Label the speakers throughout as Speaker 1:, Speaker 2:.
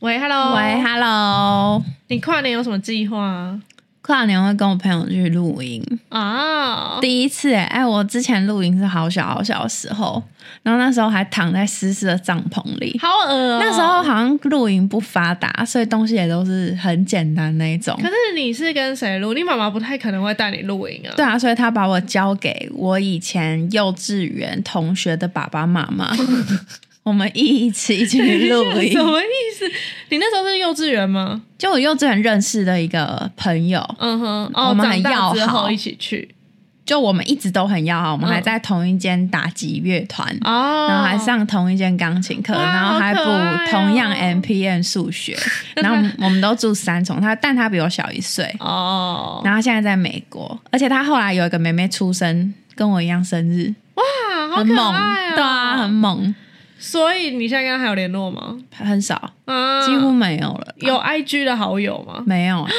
Speaker 1: 喂，Hello，
Speaker 2: 喂，Hello，
Speaker 1: 你跨年有什么计划啊
Speaker 2: 跨年会跟我朋友去露营，
Speaker 1: 啊？
Speaker 2: 第一次哎、哎，我之前露营是好小好小的时候，然后那时候还躺在湿湿的帐篷里。
Speaker 1: 好恶哦
Speaker 2: 那时候，好像露营不发达，所以东西也都是很简单那一种
Speaker 1: 可。是你是跟谁录？你妈妈不太可能会带你露营啊。
Speaker 2: 对啊，所以他把我交给我以前幼稚园同学的爸爸妈 妈，我们一起一起去露
Speaker 1: 等一下什
Speaker 2: 营。
Speaker 1: 么意思？你那时候是幼稚园吗？
Speaker 2: 就我幼稚园认识的一个朋友，
Speaker 1: 嗯哼，哦，
Speaker 2: 我们很
Speaker 1: 长大之
Speaker 2: 要
Speaker 1: 后
Speaker 2: 好
Speaker 1: 一起去
Speaker 2: 就我们一直都很要好，我们还
Speaker 1: 嗯
Speaker 2: 在同一间打击乐团。
Speaker 1: 哦，
Speaker 2: 然后还上同一间钢琴课，
Speaker 1: 哇
Speaker 2: 然后还补
Speaker 1: 好可爱哦
Speaker 2: 同样 M P N 数学，然后我们都住三重，他但他比我小一岁，
Speaker 1: 哦，
Speaker 2: 然后现在在美国，而且他后来有一个妹妹出生，跟我一样生日，
Speaker 1: 啊，好
Speaker 2: 很
Speaker 1: 可
Speaker 2: 猛，
Speaker 1: 爱
Speaker 2: 对啊，很。猛，
Speaker 1: 所以你现在跟他还有联络吗？
Speaker 2: 很少，
Speaker 1: 啊，
Speaker 2: 几乎没有了，
Speaker 1: 有 IG 的好友吗？
Speaker 2: 没有、欸？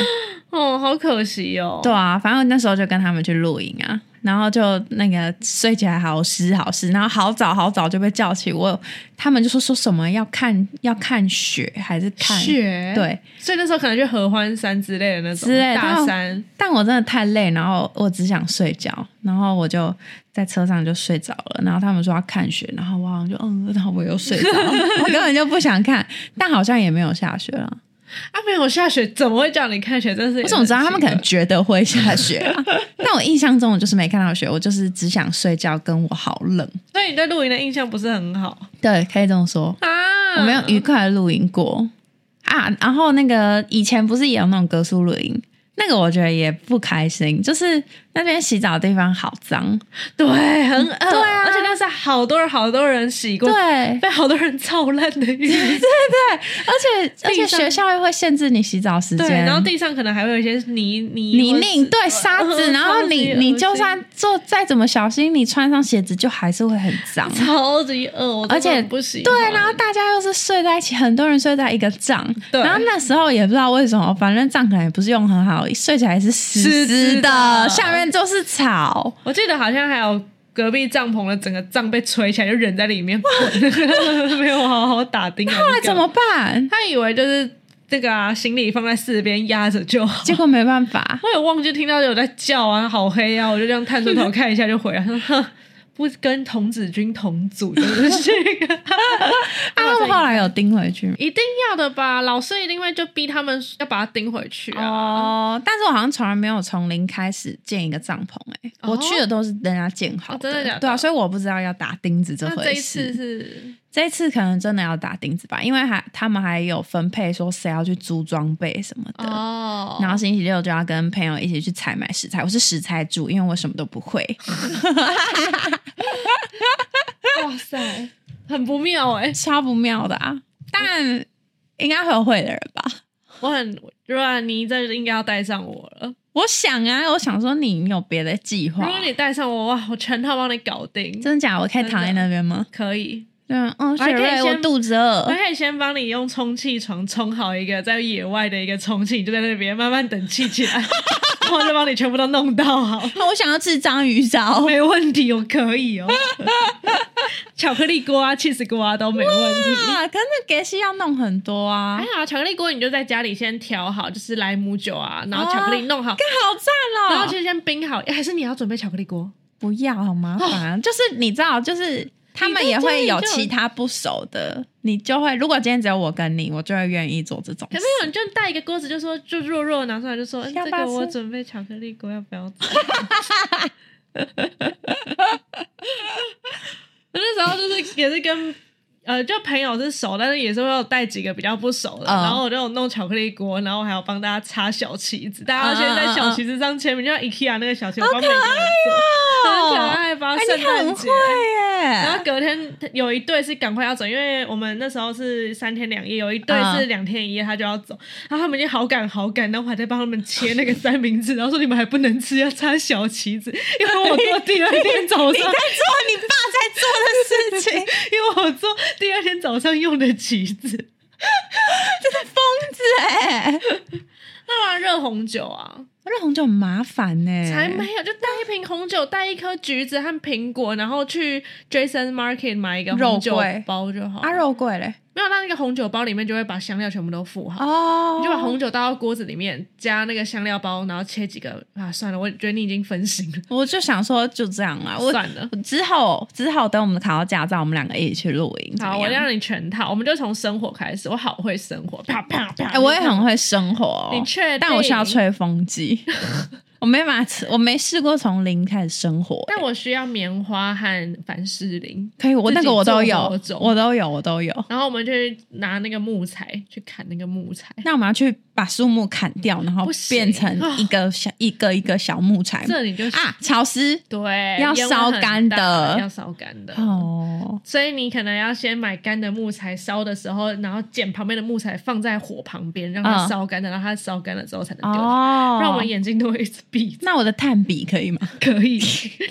Speaker 1: 哦，好可惜哦。
Speaker 2: 对啊，反正那时候就跟他们去露营啊，然后就那个睡起来好湿好湿，然后好早好早就被叫起，我他们就说说什么要看要看雪还是看
Speaker 1: 雪，
Speaker 2: 对，
Speaker 1: 所以那时候可能去合欢山之类的那种
Speaker 2: 之类的
Speaker 1: 大山，
Speaker 2: 但我真的太累，然后我只想睡觉，然后我就在车上就睡着了。然后他们说要看雪，然后我好像就嗯，然后我又睡着了，我根本就不想看。但好像也没有下雪了。
Speaker 1: 啊，没有下雪，怎么会叫你看雪？真是
Speaker 2: 我怎么知道他们可能觉得会下雪啊？但我印象中我就是没看到雪，我就是只想睡觉，跟我好冷。
Speaker 1: 所以你对露营的印象不是很好
Speaker 2: 对，可以这么说，
Speaker 1: 啊？
Speaker 2: 我没有愉快的露营过啊。然后那个以前不是也有那种格苏露营？那个我觉得也不开心，就是那边洗澡的地方好脏，
Speaker 1: 对，很恶，
Speaker 2: 对啊
Speaker 1: 而且那是好多人好多人洗过，
Speaker 2: 对，
Speaker 1: 被好多人操烂的浴室，
Speaker 2: 而且而
Speaker 1: 地
Speaker 2: 且
Speaker 1: 上
Speaker 2: 学校又会限制你洗澡时
Speaker 1: 对，
Speaker 2: 间，
Speaker 1: 然后地上可能还会有一些泥泥
Speaker 2: 泥
Speaker 1: 或
Speaker 2: 泞
Speaker 1: 是
Speaker 2: 对沙子，
Speaker 1: 嗯
Speaker 2: 然后你
Speaker 1: 超级
Speaker 2: 你
Speaker 1: 恶
Speaker 2: 就
Speaker 1: 心
Speaker 2: 算做再怎么小心，你穿上鞋子就还是会很脏。
Speaker 1: 超级恶，我真的
Speaker 2: 而且
Speaker 1: 不行，
Speaker 2: 对，啊然后大家又是睡在一起，很多人睡在一个帐，
Speaker 1: 对
Speaker 2: 然后那时候也不知道为什么，反正帐可能也不是用很好，睡起来是湿
Speaker 1: 湿湿
Speaker 2: 湿
Speaker 1: 的
Speaker 2: 的，下面就是草，
Speaker 1: 我记得好像还有隔壁帐篷的整个帐被吹起来，就人在里面滚， 没有好好打钉。啊后
Speaker 2: 后来怎么？办？
Speaker 1: 他以为就是那个啊，行李放在四边压着就好。
Speaker 2: 结果没办 法，
Speaker 1: 我也忘记听到有在叫啊，好黑啊！我就这样探出头看一下就回来， 说哼不跟童子军同组真的是这个
Speaker 2: 啊，他们后来有盯回去吗？
Speaker 1: 一定要的吧？老师一定会就逼他们要把它钉回去啊。
Speaker 2: 哦，但是我好像从来没有从零开始建一个帐篷、欸，
Speaker 1: 哦
Speaker 2: 我去的都是人家建好
Speaker 1: 哦真的假的
Speaker 2: 对啊，所以我不知道要打钉子这
Speaker 1: 那这
Speaker 2: 回
Speaker 1: 一次
Speaker 2: 事。
Speaker 1: 是
Speaker 2: 这一次可能真的要打钉子吧，因为还他们还有分配说谁要去租装备什么的。
Speaker 1: 哦，
Speaker 2: 然后星期六就要跟朋友一起去采买食材，我是食材主，因为我什么都不会。
Speaker 1: 哇塞，很不妙哎、
Speaker 2: 超不妙的啊！但应该会有会的人吧？
Speaker 1: 我很软，你这应该要带上我了。
Speaker 2: 我想啊，我想说你有别的计
Speaker 1: 如
Speaker 2: 划？
Speaker 1: 果你带上我，哇，我全套帮你搞定，
Speaker 2: 真的假的？我可以
Speaker 1: 真的
Speaker 2: 躺在那边吗？
Speaker 1: 可以。
Speaker 2: 对啊，嗯，
Speaker 1: 我还
Speaker 2: 雪
Speaker 1: 可以
Speaker 2: 瑞，我
Speaker 1: 先
Speaker 2: 肚子 饿。
Speaker 1: 我可以先帮你用充气床充好一个在野外的一个充气，你就在那边慢慢等气起来， 然后就帮你全部都弄到好，
Speaker 2: 我想要吃章鱼烧，
Speaker 1: 没问题，我可以哦。 巧克力锅啊、气死锅啊都没问 题。
Speaker 2: 啊，可是那给西要弄很多啊
Speaker 1: 还，好啊，巧克力锅你就在家里先调好，就是莱姆酒啊，然后巧克力弄好，
Speaker 2: 好
Speaker 1: 然
Speaker 2: 赞哦
Speaker 1: 后就先冰好。哎还是你要准备巧克力锅？
Speaker 2: 不要，好麻烦啊、就是你知道，就是他们也会有其他不熟的，你就会如果今天只有我跟你，我就会愿意做这种
Speaker 1: 可
Speaker 2: 事
Speaker 1: 是。有人就带一个锅子，就说就弱弱拿出来，就说、嗯、
Speaker 2: 要
Speaker 1: 这
Speaker 2: 不要
Speaker 1: 个我
Speaker 2: 吃
Speaker 1: 准备巧克力锅，要不要吃？ 我那时候就是也是跟呃，就朋友是熟，但是也是会有带几个比较不熟的，
Speaker 2: 嗯
Speaker 1: 然后我就有弄巧克力锅，然后还有帮大家插小旗子，大家要
Speaker 2: 嗯
Speaker 1: 先在小旗子上签名，就像 IKEA 那个小旗子，好可爱很可爱吧？
Speaker 2: 哦哎、
Speaker 1: 圣
Speaker 2: 你
Speaker 1: 诞
Speaker 2: 很
Speaker 1: 节
Speaker 2: 会。
Speaker 1: 然
Speaker 2: 耶！
Speaker 1: 后隔天有一对是赶快要走，因为我们那时候是三天两夜，有一对是两天一夜，他就要走。然后他们已经好赶好赶，然后我还在帮他们切那个三明治，然后说你们还不能吃，要插小旗子， 因为我做第二天早
Speaker 2: 你在
Speaker 1: 上，
Speaker 2: 做你爸在做的事情，
Speaker 1: 因为我做第二天早上用的旗子。
Speaker 2: 疯子哎、
Speaker 1: 那玩热红酒啊，
Speaker 2: 热红酒很麻烦呢、
Speaker 1: 才没有，就带一瓶红酒，带一颗橘子和苹果，然后去 Jason Market 买一个
Speaker 2: 肉
Speaker 1: 红酒
Speaker 2: 桂
Speaker 1: 包就好。
Speaker 2: 啊，肉桂嘞，
Speaker 1: 没有，那那个红酒包里面就会把香料全部都附好。
Speaker 2: 哦
Speaker 1: 你就把红酒倒到锅子里面，加那个香料包，然后切几个啊，算了，我觉得你已经分心了，
Speaker 2: 我就想说就这样啊啦，我
Speaker 1: 算了。
Speaker 2: 我之后之后等我们考到驾照，我们两个一起去露营。
Speaker 1: 好，
Speaker 2: 怎
Speaker 1: 我
Speaker 2: 么样
Speaker 1: 让你全套，我们就从生活开始。我好会生活，啪啪啪！
Speaker 2: 哎、我也很会生活、哦，
Speaker 1: 你确定
Speaker 2: 但我需要吹 风机，我没办法，我没试过从零开始生活。
Speaker 1: 但我需要棉花和凡士林，
Speaker 2: 可以，我那个我
Speaker 1: 自
Speaker 2: 都有
Speaker 1: 己做火种，
Speaker 2: 我都有，我都有。
Speaker 1: 然后我们就去拿那个木材去砍那个木材，
Speaker 2: 那我们要去把树木砍掉，然后
Speaker 1: 不行啊
Speaker 2: 变成一个小、一个一个小木材
Speaker 1: 这你就是、
Speaker 2: 啊，潮湿
Speaker 1: 对，
Speaker 2: 要
Speaker 1: 烟味
Speaker 2: 烧
Speaker 1: 很
Speaker 2: 干
Speaker 1: 大
Speaker 2: 的
Speaker 1: 要烧干的。
Speaker 2: 哦。
Speaker 1: 所以你可能要先买干的木材，烧的时候，然后捡旁边的木材放在火旁边，让它
Speaker 2: 嗯
Speaker 1: 烧干，等到它烧干了之后才能丢。
Speaker 2: 哦，
Speaker 1: 让我们眼睛都会一直闭着。
Speaker 2: 那我的炭笔可以吗？
Speaker 1: 可以，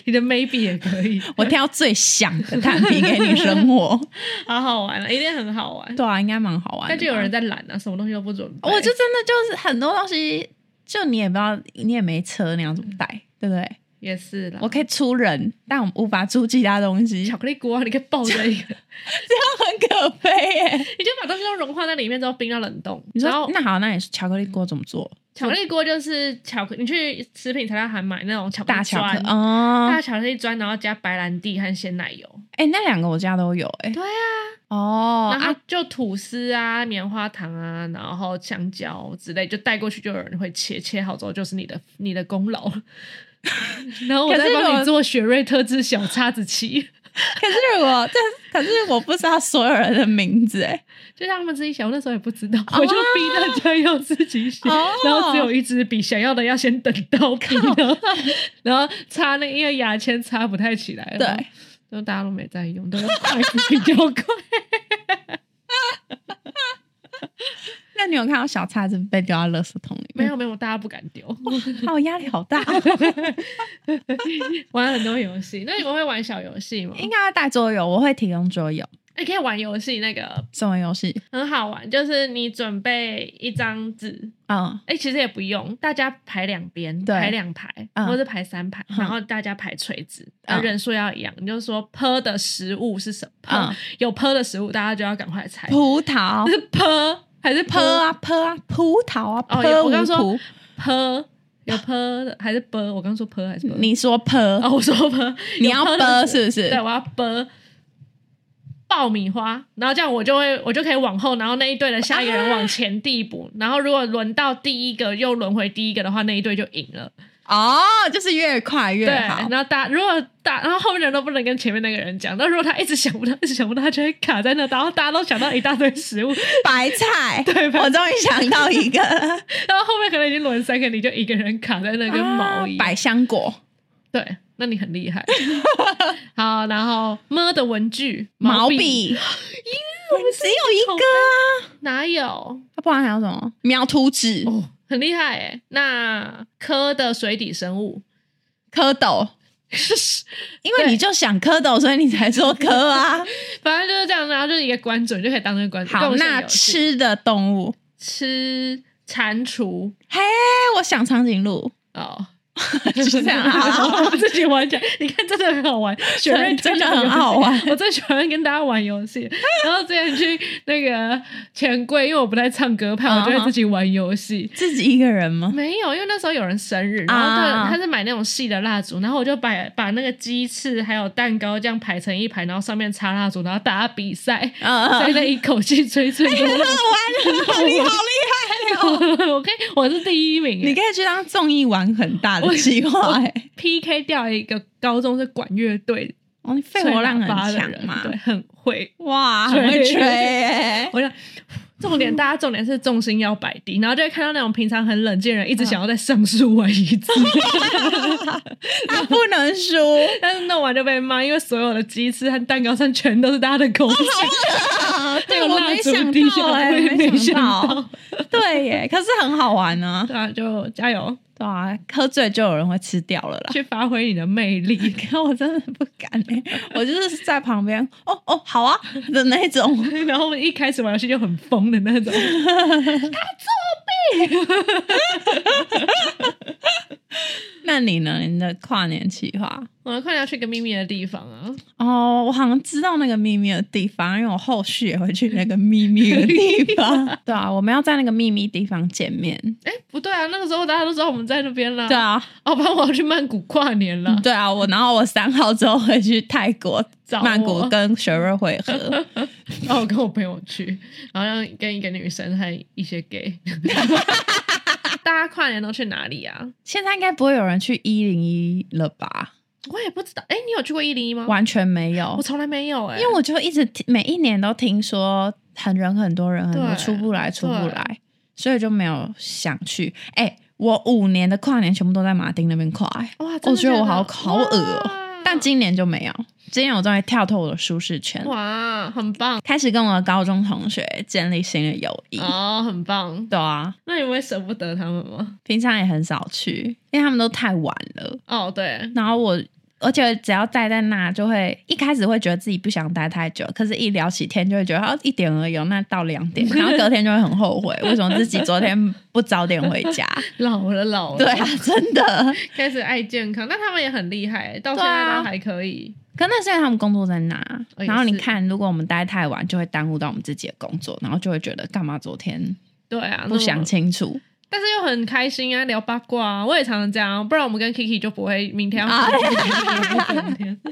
Speaker 1: 你的 maybe 也可以，
Speaker 2: 我挑最响的炭笔给你生 活。
Speaker 1: 好好玩了，一定很好玩。
Speaker 2: 对啊，应该蛮好玩的吧。
Speaker 1: 但就有人在懒啊，什么东西都不准备。
Speaker 2: 我就真的就是很多东西，就你也不知道，你也没车，你要怎么带，对不对？
Speaker 1: 也是啦，
Speaker 2: 我可以出人，但我无法出其他东西，
Speaker 1: 巧克力锅啊你可以抱着一个，
Speaker 2: 这样很可悲耶。
Speaker 1: 你就把东西都融化在里面之后冰到冷冻。
Speaker 2: 你
Speaker 1: 然后
Speaker 2: 说那好，那你巧克力锅怎么做？
Speaker 1: 巧克力锅就是巧克，你去食品材料行买那种巧克力
Speaker 2: 大巧克
Speaker 1: 砖，
Speaker 2: 哦，
Speaker 1: 大巧克力砖，然后加白兰地和鲜奶油，
Speaker 2: 哎、那两个我家都有哎、
Speaker 1: 对
Speaker 2: 啊，哦
Speaker 1: 然
Speaker 2: 啊
Speaker 1: 后，就吐司啊、棉花糖啊，然后香蕉之类，就带过去，就有人会切，切好之后就是你的你的功 劳。然后我
Speaker 2: 可
Speaker 1: 再
Speaker 2: 是
Speaker 1: 帮
Speaker 2: 我
Speaker 1: 你做雪瑞特制小叉子器，
Speaker 2: 可是我这可是我不知道所有人的名字哎、
Speaker 1: 就让他们自己想。我 那时候也不知道，我就逼大家要自己写，
Speaker 2: 哦
Speaker 1: 然后只有一支笔，想要的要先等到 笔，然后然后擦那因为牙签擦不太起来，
Speaker 2: 对，
Speaker 1: 然后，然后大家都没在用，都是筷子比较快。
Speaker 2: 那你有看到小叉子被丢到垃圾桶里
Speaker 1: 没
Speaker 2: 面？
Speaker 1: 有没有，大家不敢丢。
Speaker 2: 没有，我压力好大、哦
Speaker 1: 玩很多游戏，那你们会玩小游戏吗？
Speaker 2: 应该要带桌游，我会提供桌游。
Speaker 1: 你可以玩游戏，那个
Speaker 2: 什么游戏？
Speaker 1: 很好玩，就是你准备一张纸，
Speaker 2: 嗯，
Speaker 1: 哎、其实也不用，大家排两边，
Speaker 2: 对
Speaker 1: 排两排，
Speaker 2: 嗯
Speaker 1: 或者是排三排，
Speaker 2: 嗯
Speaker 1: 然后大家排垂直，
Speaker 2: 嗯
Speaker 1: 人数要一样。你就说泼的食物是什么？
Speaker 2: 嗯
Speaker 1: 有泼的食物，大家就要赶快猜，
Speaker 2: 葡 萄。
Speaker 1: 是泼还是
Speaker 2: 泼啊泼啊，葡萄啊，
Speaker 1: 哦
Speaker 2: 泼
Speaker 1: 也我
Speaker 2: 无
Speaker 1: 刚说
Speaker 2: 葡
Speaker 1: 泼？有泼的还是泼？我刚说泼还是泼？
Speaker 2: 你说泼，
Speaker 1: 哦，我说泼，
Speaker 2: 你要
Speaker 1: 有泼
Speaker 2: 泼
Speaker 1: 的食物
Speaker 2: 是不是？
Speaker 1: 对，我要剥爆米花，然后这样我就会我就可以往后，然后那一队的下一个人往前递 补，然后如果轮到第一个又轮回第一个的话，那一队就赢了。
Speaker 2: 哦，就是越快越
Speaker 1: 对，
Speaker 2: 好
Speaker 1: 然。后大如果大，然后后面的人都不能跟前面那个人讲，但如果他一直想不到，一直想不到，他就会卡在那，然后大家都想到一大堆食 物，
Speaker 2: 白菜，
Speaker 1: 对白
Speaker 2: 我终于想到一 个
Speaker 1: 然后后面可能已经轮三个，你就一个人卡在那跟毛一样。
Speaker 2: 百香果，
Speaker 1: 对，那你很厉害。 好，然后么的文具
Speaker 2: 毛
Speaker 1: 笔
Speaker 2: 笔，只有一个
Speaker 1: 哪有？
Speaker 2: 啊，不然还有什么？描图纸、
Speaker 1: 哦，很厉害哎！那科的水底生物，
Speaker 2: 蝌蚪，因为你就想蝌蚪，所以你才说蝌啊。
Speaker 1: 反正就是这样，然后就是一个关准就可以当成关准。
Speaker 2: 好，
Speaker 1: 贡献
Speaker 2: 那
Speaker 1: 游戏
Speaker 2: 吃的动物，
Speaker 1: 吃蟾蜍
Speaker 2: 嘿，我想长颈鹿，
Speaker 1: 哦，。
Speaker 2: 就这样啊
Speaker 1: 自己玩起来，你看真的很好玩，雪瑞推
Speaker 2: 真的
Speaker 1: 荐的
Speaker 2: 很
Speaker 1: 游戏
Speaker 2: 好玩。
Speaker 1: 我最喜欢跟大家玩游戏，然后之前去那个钱柜，因为我不太唱歌派，我
Speaker 2: 嗯
Speaker 1: 就会自己玩游戏。
Speaker 2: 自己一个 人吗？
Speaker 1: 没有，因为那时候有人生日，然后他、
Speaker 2: 啊
Speaker 1: 他是买那种细的蜡烛，然后我就把把那个鸡翅还有蛋糕这样排成一排，然后上面插蜡烛，然后大家比赛，
Speaker 2: 嗯
Speaker 1: 所以那一口气吹吹 多
Speaker 2: 很好 玩，你好厉害哦！
Speaker 1: 我可以，我是第一名
Speaker 2: 你
Speaker 1: 耶
Speaker 2: 可以去当综艺玩很大的计划哎，
Speaker 1: ，PK 掉一个高中是管乐队
Speaker 2: 哦，你肺
Speaker 1: 吹
Speaker 2: 活量
Speaker 1: 喇叭
Speaker 2: 很
Speaker 1: 的
Speaker 2: 强
Speaker 1: 人，
Speaker 2: 嘛
Speaker 1: 对，，很会。
Speaker 2: 哇，
Speaker 1: 吹
Speaker 2: 很会吹 哎，
Speaker 1: 我想，重点大家重点是重心要摆低，然后就会看到那种平常很冷静的人，一直想要再上树玩一 次。
Speaker 2: 他不能输，
Speaker 1: 但是弄完就被骂，因为所有的鸡翅和蛋糕上全都是大家的 口水。
Speaker 2: 对我没
Speaker 1: 蜡烛
Speaker 2: 想
Speaker 1: 底
Speaker 2: 到
Speaker 1: 下
Speaker 2: 哎，
Speaker 1: 我也没
Speaker 2: 没想
Speaker 1: 想
Speaker 2: 到
Speaker 1: 到，
Speaker 2: 对耶，可是很好玩呢，
Speaker 1: 对啊，就加油，
Speaker 2: 对啊，喝醉就有人会吃掉了啦。
Speaker 1: 去发挥你的魅 力。
Speaker 2: 可我真 的不敢哎，我就是在旁边，哦哦，好啊的那种，
Speaker 1: 然后我们一开始玩游戏就很疯的那种，
Speaker 2: 那你呢？你的跨年计划？
Speaker 1: 我们快点要去一个秘密的地方啊！
Speaker 2: 哦，我好像知道那个秘密的地方，因为我后续也会去那个秘密的地方。 对啊，我们要在那个秘密地方见面。
Speaker 1: 哎，不对啊，那个时候大家都知道我们在那边啦。
Speaker 2: 对，啊，
Speaker 1: 哦，不然我要去曼谷跨年了。
Speaker 2: 对啊，我然后我三号之后会去泰国
Speaker 1: 找我
Speaker 2: 曼谷 跟雪瑞会合。
Speaker 1: 然后我跟我朋友去，然后让跟一个女生和一些 gay。大家跨年都去哪里啊？
Speaker 2: 现在应该不会有人去一零一了吧？
Speaker 1: 我也不知道。哎，你有去过一零一吗？
Speaker 2: 完全没有
Speaker 1: 我，从来没有哎、
Speaker 2: 因为我就一直听每一年都听说很人很多人很多
Speaker 1: 对
Speaker 2: 出不来出不来，所以就没有想去。哎、我五年的跨年全部都在马丁那边跨、哎
Speaker 1: 哇，真的
Speaker 2: 我觉得我好
Speaker 1: 假的
Speaker 2: 好恶哦、
Speaker 1: 哇
Speaker 2: 但今年就没有，今年我终于跳脱我的舒适圈，
Speaker 1: 哇，很 棒
Speaker 2: 开始跟我的高中同学建立新的友谊。
Speaker 1: 哦，很棒。
Speaker 2: 对啊，
Speaker 1: 那你们会舍不得他们吗？
Speaker 2: 平常也很少去，因为他们都太晚了。
Speaker 1: 哦，对，
Speaker 2: 然后我，而且只要待在那，就会一开始会觉得自己不想待太久，可是一聊起天就会觉得哦，一点而已哦，那到两点，然后隔天就会很后悔，为什么自己昨天不早点回 家？
Speaker 1: 老了老了，
Speaker 2: 对啊，真的。
Speaker 1: 开始爱健康，但他们也很厉害，到现在
Speaker 2: 啊
Speaker 1: 都还可以。
Speaker 2: 可那是因为他们工作在哪？
Speaker 1: 哦也
Speaker 2: 然后你
Speaker 1: 是
Speaker 2: 看，如果我们待太晚，就会耽误到我们自己的工作，然后就会觉得干嘛昨天
Speaker 1: 对啊，那
Speaker 2: 不
Speaker 1: 我
Speaker 2: 想清楚
Speaker 1: 但是又很开心啊，聊八卦、啊，我也常常这样，不然我们跟 Kiki 就不会明天要
Speaker 2: 啊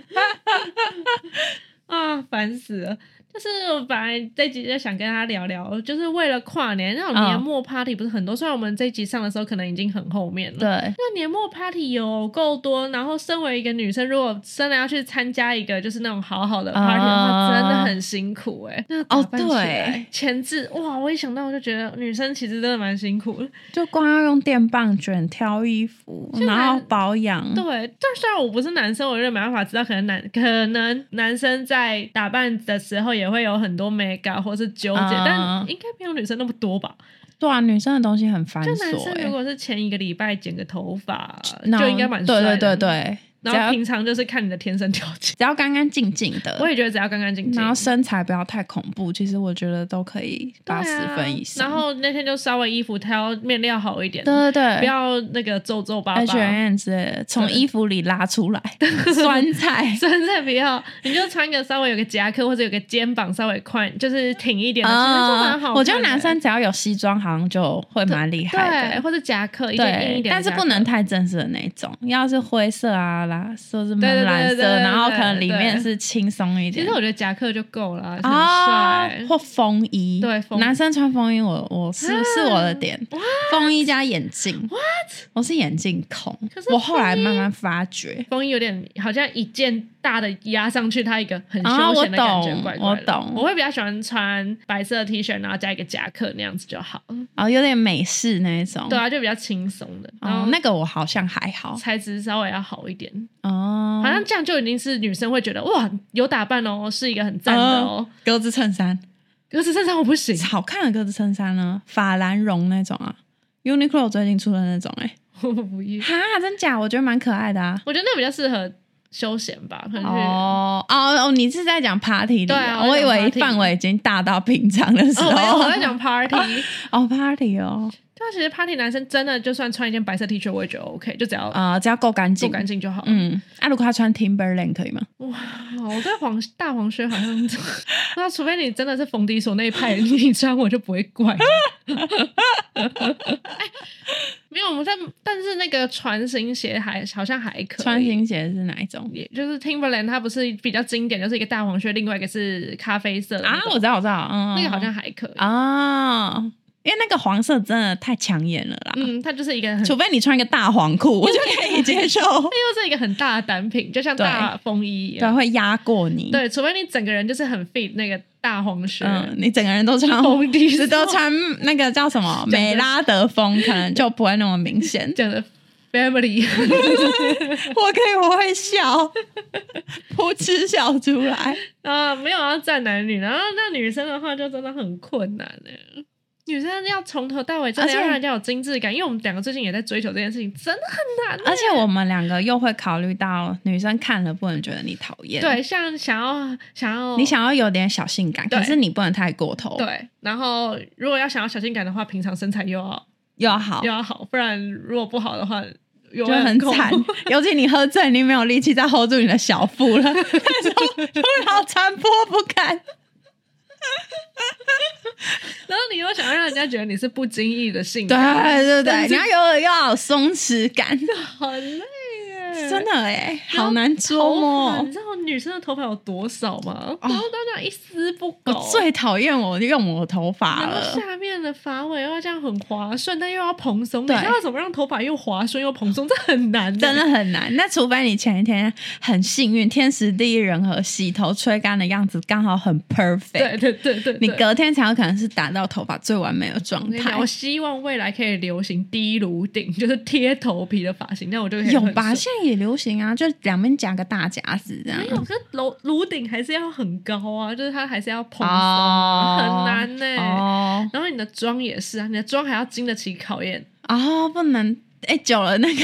Speaker 1: 啊，烦死了。就是我本来这集就想跟他聊聊，就是为了跨年那种
Speaker 2: 嗯
Speaker 1: 年末 party 不是很多，虽然我们这集上的时候可能已经很后面了，
Speaker 2: 对，
Speaker 1: 那年末 party 有够多，然后身为一个女生，如果真的要去参加一个就是那种好好的 party 的话，
Speaker 2: 啊哦
Speaker 1: 真的很辛苦哎、那打扮起来
Speaker 2: 对，
Speaker 1: 前置哇，我一想到我就觉得女生其实真的蛮辛苦的。
Speaker 2: 就光要用电棒卷挑衣服，
Speaker 1: 在
Speaker 2: 然后保养，
Speaker 1: 对，但虽然我不是男生，我就没办法知道，可能男可能男生在打扮的时候也会有很多美感或是纠结，
Speaker 2: 啊
Speaker 1: 但应该没有女生那么多吧？
Speaker 2: 对啊，女生的东西很繁
Speaker 1: 就男
Speaker 2: 琐、
Speaker 1: 生
Speaker 2: 欸
Speaker 1: 如，果是前一个礼拜剪个头发，
Speaker 2: 然后
Speaker 1: 就应该蛮帅
Speaker 2: 对
Speaker 1: 的嗯
Speaker 2: 对对。对，只
Speaker 1: 然后
Speaker 2: 要
Speaker 1: 平常就是看你的天生条件。
Speaker 2: 只要干干净净的
Speaker 1: 我，也觉得只要干干净净，
Speaker 2: 然后身材不要太恐怖，其实我觉得都可以
Speaker 1: 对啊
Speaker 2: 八十分以上。
Speaker 1: 然后那天就稍微衣服挑面料好一点，
Speaker 2: 对对 H&M 对，
Speaker 1: 不要那个皱皱巴巴。
Speaker 2: H N 之类的，从
Speaker 1: 对
Speaker 2: 衣服里拉出来，酸菜。
Speaker 1: 真的不要，你就穿个稍微有个夹克或者有个肩膀稍微宽，就是挺一点的，啊其实就蛮好看的。
Speaker 2: 啊哦我觉得男生只要有西装，好像就会蛮厉害
Speaker 1: 对，
Speaker 2: 的。
Speaker 1: 或者夹克一件硬一
Speaker 2: 对，
Speaker 1: 点的夹克，
Speaker 2: 但是不能太正式的那种，要是灰色啊啦，说是
Speaker 1: 对对对
Speaker 2: 蛮蓝
Speaker 1: 对对对
Speaker 2: 色，然后可能里面
Speaker 1: 对
Speaker 2: 是轻松一
Speaker 1: 其
Speaker 2: 点
Speaker 1: 实。我觉得夹克就够了，很
Speaker 2: 啊
Speaker 1: 帅，。
Speaker 2: 或风衣，
Speaker 1: 对风衣
Speaker 2: 男生穿风衣我，我是
Speaker 1: 啊
Speaker 2: 是我的点，风衣加眼镜，what？我是眼镜控
Speaker 1: 可是，
Speaker 2: 我后来慢慢发觉
Speaker 1: 风衣有点好像一件大的压上去，它一个很
Speaker 2: 啊
Speaker 1: 休闲的感觉，
Speaker 2: 我懂
Speaker 1: 怪怪的
Speaker 2: 我懂
Speaker 1: 我会比较喜欢穿白色的 T 恤，然后加一个夹克那样子就好了。
Speaker 2: 啊、有点美式那一种，
Speaker 1: 对啊，就嗯比较轻松的，然
Speaker 2: 哦
Speaker 1: 后，
Speaker 2: 那个我好像还好
Speaker 1: 材质稍微要好一点，
Speaker 2: 哦，
Speaker 1: 好像这样就已经是女生会觉得哇有打扮哦，是一个很赞的
Speaker 2: 嗯
Speaker 1: 哦。
Speaker 2: 格子衬衫，
Speaker 1: 可是身上我不行，
Speaker 2: 好看的格子衬衫呢，法兰绒那种啊，Uniqlo 最近出的那种、欸，
Speaker 1: 我不要
Speaker 2: 哎，。哈，真假？我觉得蛮可爱的啊。
Speaker 1: 我觉得那比较适合休闲吧，可能去
Speaker 2: 哦哦哦，你是在讲 party 里
Speaker 1: 对
Speaker 2: 啊、
Speaker 1: 啊我
Speaker 2: 我
Speaker 1: 在
Speaker 2: 以
Speaker 1: 讲
Speaker 2: 为
Speaker 1: party
Speaker 2: 范围已经大到平常的时候。
Speaker 1: 哦，没有，我在 讲 party。
Speaker 2: 哦，party 哦，
Speaker 1: 对啊，其实 party 男生真的就算穿一件白色 T 恤，我也觉得 OK，就只要
Speaker 2: 啊、只要够干
Speaker 1: 做
Speaker 2: 净。
Speaker 1: 干净就好。
Speaker 2: 嗯，啊，如果他穿 Timberland 可以吗？
Speaker 1: 哇，我对黄大黄靴好像，那除非你真的是冯迪所那一派，你穿我就不会怪。哎，没有，我们在，但是那个船型鞋还好像还可以。
Speaker 2: 穿新鞋是哪一种？
Speaker 1: 也就是 Timberland，它不是比较经典，就是一个大黄靴，另外一个是咖啡色的
Speaker 2: 啊
Speaker 1: 那，种
Speaker 2: 我知道，我知道，嗯，
Speaker 1: 那个好像还可以。
Speaker 2: 啊、因为那个黄色真的太抢眼了啦。
Speaker 1: 嗯，它就是一个很，它
Speaker 2: 除非你穿一个大黄 裤，我就可以接受。
Speaker 1: 又是一个很大的单品，就像大风衣一
Speaker 2: 对，
Speaker 1: 样。
Speaker 2: 会压过你。，
Speaker 1: 对，除非你整个人就是很 fit 那个大黄靴，
Speaker 2: 嗯，你整个人都穿
Speaker 1: 红底
Speaker 2: 只都
Speaker 1: 色
Speaker 2: 穿那个叫什 么
Speaker 1: 的
Speaker 2: 美拉德风，可能就不会那么明
Speaker 1: 。
Speaker 2: 显
Speaker 1: 讲的 family。
Speaker 2: 我可以，我会笑， 噗嗤笑出 来。
Speaker 1: 啊、没有要站男女，然后那女生的话就真的很困难哎、女生要从头到尾真的
Speaker 2: 而
Speaker 1: 要
Speaker 2: 且
Speaker 1: 让人家有精致感，因为我们两个最近也在追求这件事情，真的很难、欸
Speaker 2: 而且我们两个又会考虑到女生看了不能觉得你讨厌，，
Speaker 1: 对，像想要想要
Speaker 2: 你想要有点小性感，
Speaker 1: 哦对
Speaker 2: 可是你不能太过头，，
Speaker 1: 对，然后如果要想要小性感的话，平常身材又要
Speaker 2: 又好
Speaker 1: 又。要好，不然如果不好的话，有
Speaker 2: 就很
Speaker 1: 恐
Speaker 2: 惨
Speaker 1: 怖。
Speaker 2: 尤其你喝醉，你没有力气再 hold 住你的小 腹了，突然传播不堪。
Speaker 1: 然后你又想要让人家觉得你是不经意的性
Speaker 2: 对
Speaker 1: 感，
Speaker 2: 对对，
Speaker 1: 但
Speaker 2: 你
Speaker 1: 是
Speaker 2: 要有又要有松弛感，
Speaker 1: 很累耶，
Speaker 2: 真的哎，
Speaker 1: 然
Speaker 2: 好
Speaker 1: 后
Speaker 2: 难捉摸
Speaker 1: 头发你
Speaker 2: 哦。
Speaker 1: 知道女生的头发有多少吗？然后当然一丝不
Speaker 2: 我
Speaker 1: 苟，
Speaker 2: 最讨厌我用我头发
Speaker 1: 然后
Speaker 2: 了，
Speaker 1: 下面的发尾又要这样很滑顺，但又要蓬松，你
Speaker 2: 对
Speaker 1: 知道怎么让头发又滑顺又蓬松？这很难的，
Speaker 2: 真的很难。那除非你前一天很幸运，天时地利人和，洗头吹干的样子刚好很 perfect，
Speaker 1: 对对对对，对
Speaker 2: 你隔天才有可能是达到头发最完美的状
Speaker 1: 我跟你
Speaker 2: 态
Speaker 1: 讲，我。希望未来可以流行低颅顶，就是贴头皮的发型，那我就可以
Speaker 2: 有
Speaker 1: 很
Speaker 2: 吧？
Speaker 1: 顺
Speaker 2: 现在也流行啊，就两边夹个大夹子这样
Speaker 1: 没。有，可是颅颅顶还是要很高啊，就是它还是要蓬松啊，
Speaker 2: 哦，
Speaker 1: 很难呢、
Speaker 2: 哦
Speaker 1: 然后你的妆也是啊，你的妆还要经得起考验，
Speaker 2: 哦，不能哎，久了那个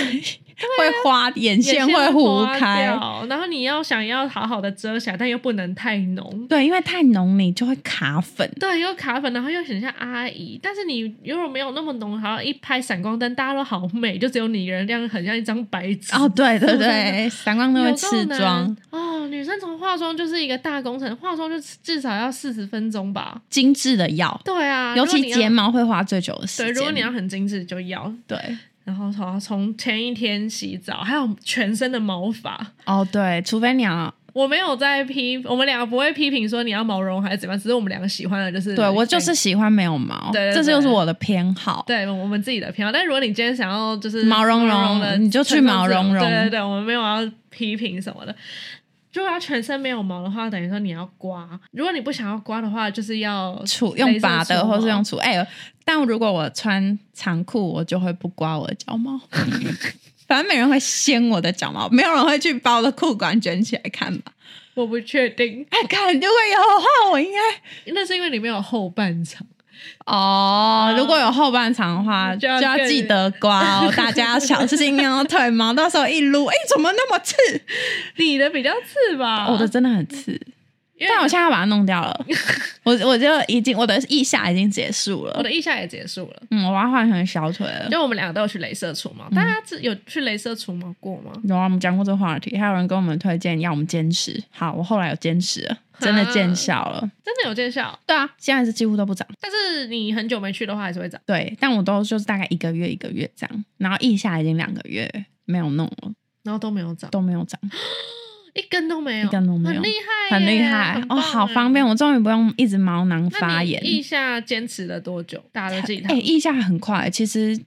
Speaker 2: 会花眼线
Speaker 1: 啊眼
Speaker 2: 会糊
Speaker 1: 花
Speaker 2: 开。
Speaker 1: 掉，然后你要想要好好的遮瑕，但又不能太浓。
Speaker 2: 对，因为太浓你就会卡粉。
Speaker 1: 对，又卡粉，然后又很像阿姨，但是你如果没有那么浓，好像一拍闪光灯，大家都好美，就只有你一个人这样，很像一张白纸。
Speaker 2: 哦，对 对对，闪光灯会
Speaker 1: 有
Speaker 2: 刺
Speaker 1: 够难
Speaker 2: 妆，
Speaker 1: 哦，女生从化妆就是一个大工程，化妆就至少要四十分钟吧。
Speaker 2: 精致的药，
Speaker 1: 对啊，
Speaker 2: 尤
Speaker 1: 如果你
Speaker 2: 其
Speaker 1: 要
Speaker 2: 睫。毛会花最久的时
Speaker 1: 对，
Speaker 2: 间。
Speaker 1: 如果你要很精致就要，
Speaker 2: 对
Speaker 1: 然后从从前一天洗澡，还有全身的毛发。
Speaker 2: 哦对，除非你要
Speaker 1: 我没有在批，我们两个不会批评说你要毛绒还是怎么样，只是我们两个喜欢的就是
Speaker 2: 对我就是喜欢没有毛，
Speaker 1: 对对
Speaker 2: 这
Speaker 1: 对
Speaker 2: 就是我的偏好。
Speaker 1: 对我们自己的偏好。但如果你今天想要就是
Speaker 2: 毛茸茸
Speaker 1: 的，
Speaker 2: 你就去毛茸茸
Speaker 1: 对对对，我们没有要批评什么的。如果要全身没有毛的话，等于说你要刮。如果你不想要刮的话，就是要
Speaker 2: 除
Speaker 1: 镭
Speaker 2: 用
Speaker 1: 射
Speaker 2: 拔的，
Speaker 1: 除
Speaker 2: 或是
Speaker 1: 毛
Speaker 2: 用除哎、但如果我穿长裤，我就会不刮我的脚毛， 反正没人会掀我的脚毛，没有人会去把我的裤管卷起来看吧？
Speaker 1: 我不确定，
Speaker 2: 哎，看如果有的话，我应该
Speaker 1: 那是因为你没有后半场。
Speaker 2: 哦，如果有后半场的话，就
Speaker 1: 就要
Speaker 2: 要
Speaker 1: 更
Speaker 2: 记得 刮哦，大家要小心哦，腿毛到时候一撸，哎、怎么那么刺？
Speaker 1: 你的比较刺吧？
Speaker 2: 我的，真的很刺，
Speaker 1: 哦因为
Speaker 2: 但我现在要把它弄掉 了，我我就已经我的腋下已经结束
Speaker 1: 我
Speaker 2: 了，
Speaker 1: 的腋下也结束了。
Speaker 2: 嗯，我要换成小腿了。
Speaker 1: 就我们两个都有去镭射除
Speaker 2: 嗯
Speaker 1: 毛，大家是有去镭射除毛过吗？
Speaker 2: 有啊，我们讲过这个话题，还有人跟我们推荐要我们坚持。好，我后来有坚持了，真的见效了。
Speaker 1: 真的有见效，
Speaker 2: 对啊，现在是几乎都不长。
Speaker 1: 但是你很久没去的话还是会长。
Speaker 2: 对，但我都就是大概一个月一个月这样，然后腋下已经两个月没有弄了，
Speaker 1: 然后都没有长，
Speaker 2: 都没有长，
Speaker 1: 一根都没有，
Speaker 2: 一根都没有
Speaker 1: 很厉害耶，
Speaker 2: 很厉害
Speaker 1: 很棒
Speaker 2: 哦，
Speaker 1: 耶
Speaker 2: 好方。便，我终于不用一直毛囊
Speaker 1: 那你
Speaker 2: 发炎。
Speaker 1: 腋下坚持了多久？打了几
Speaker 2: 哎、
Speaker 1: 趟？
Speaker 2: 腋下很快，其实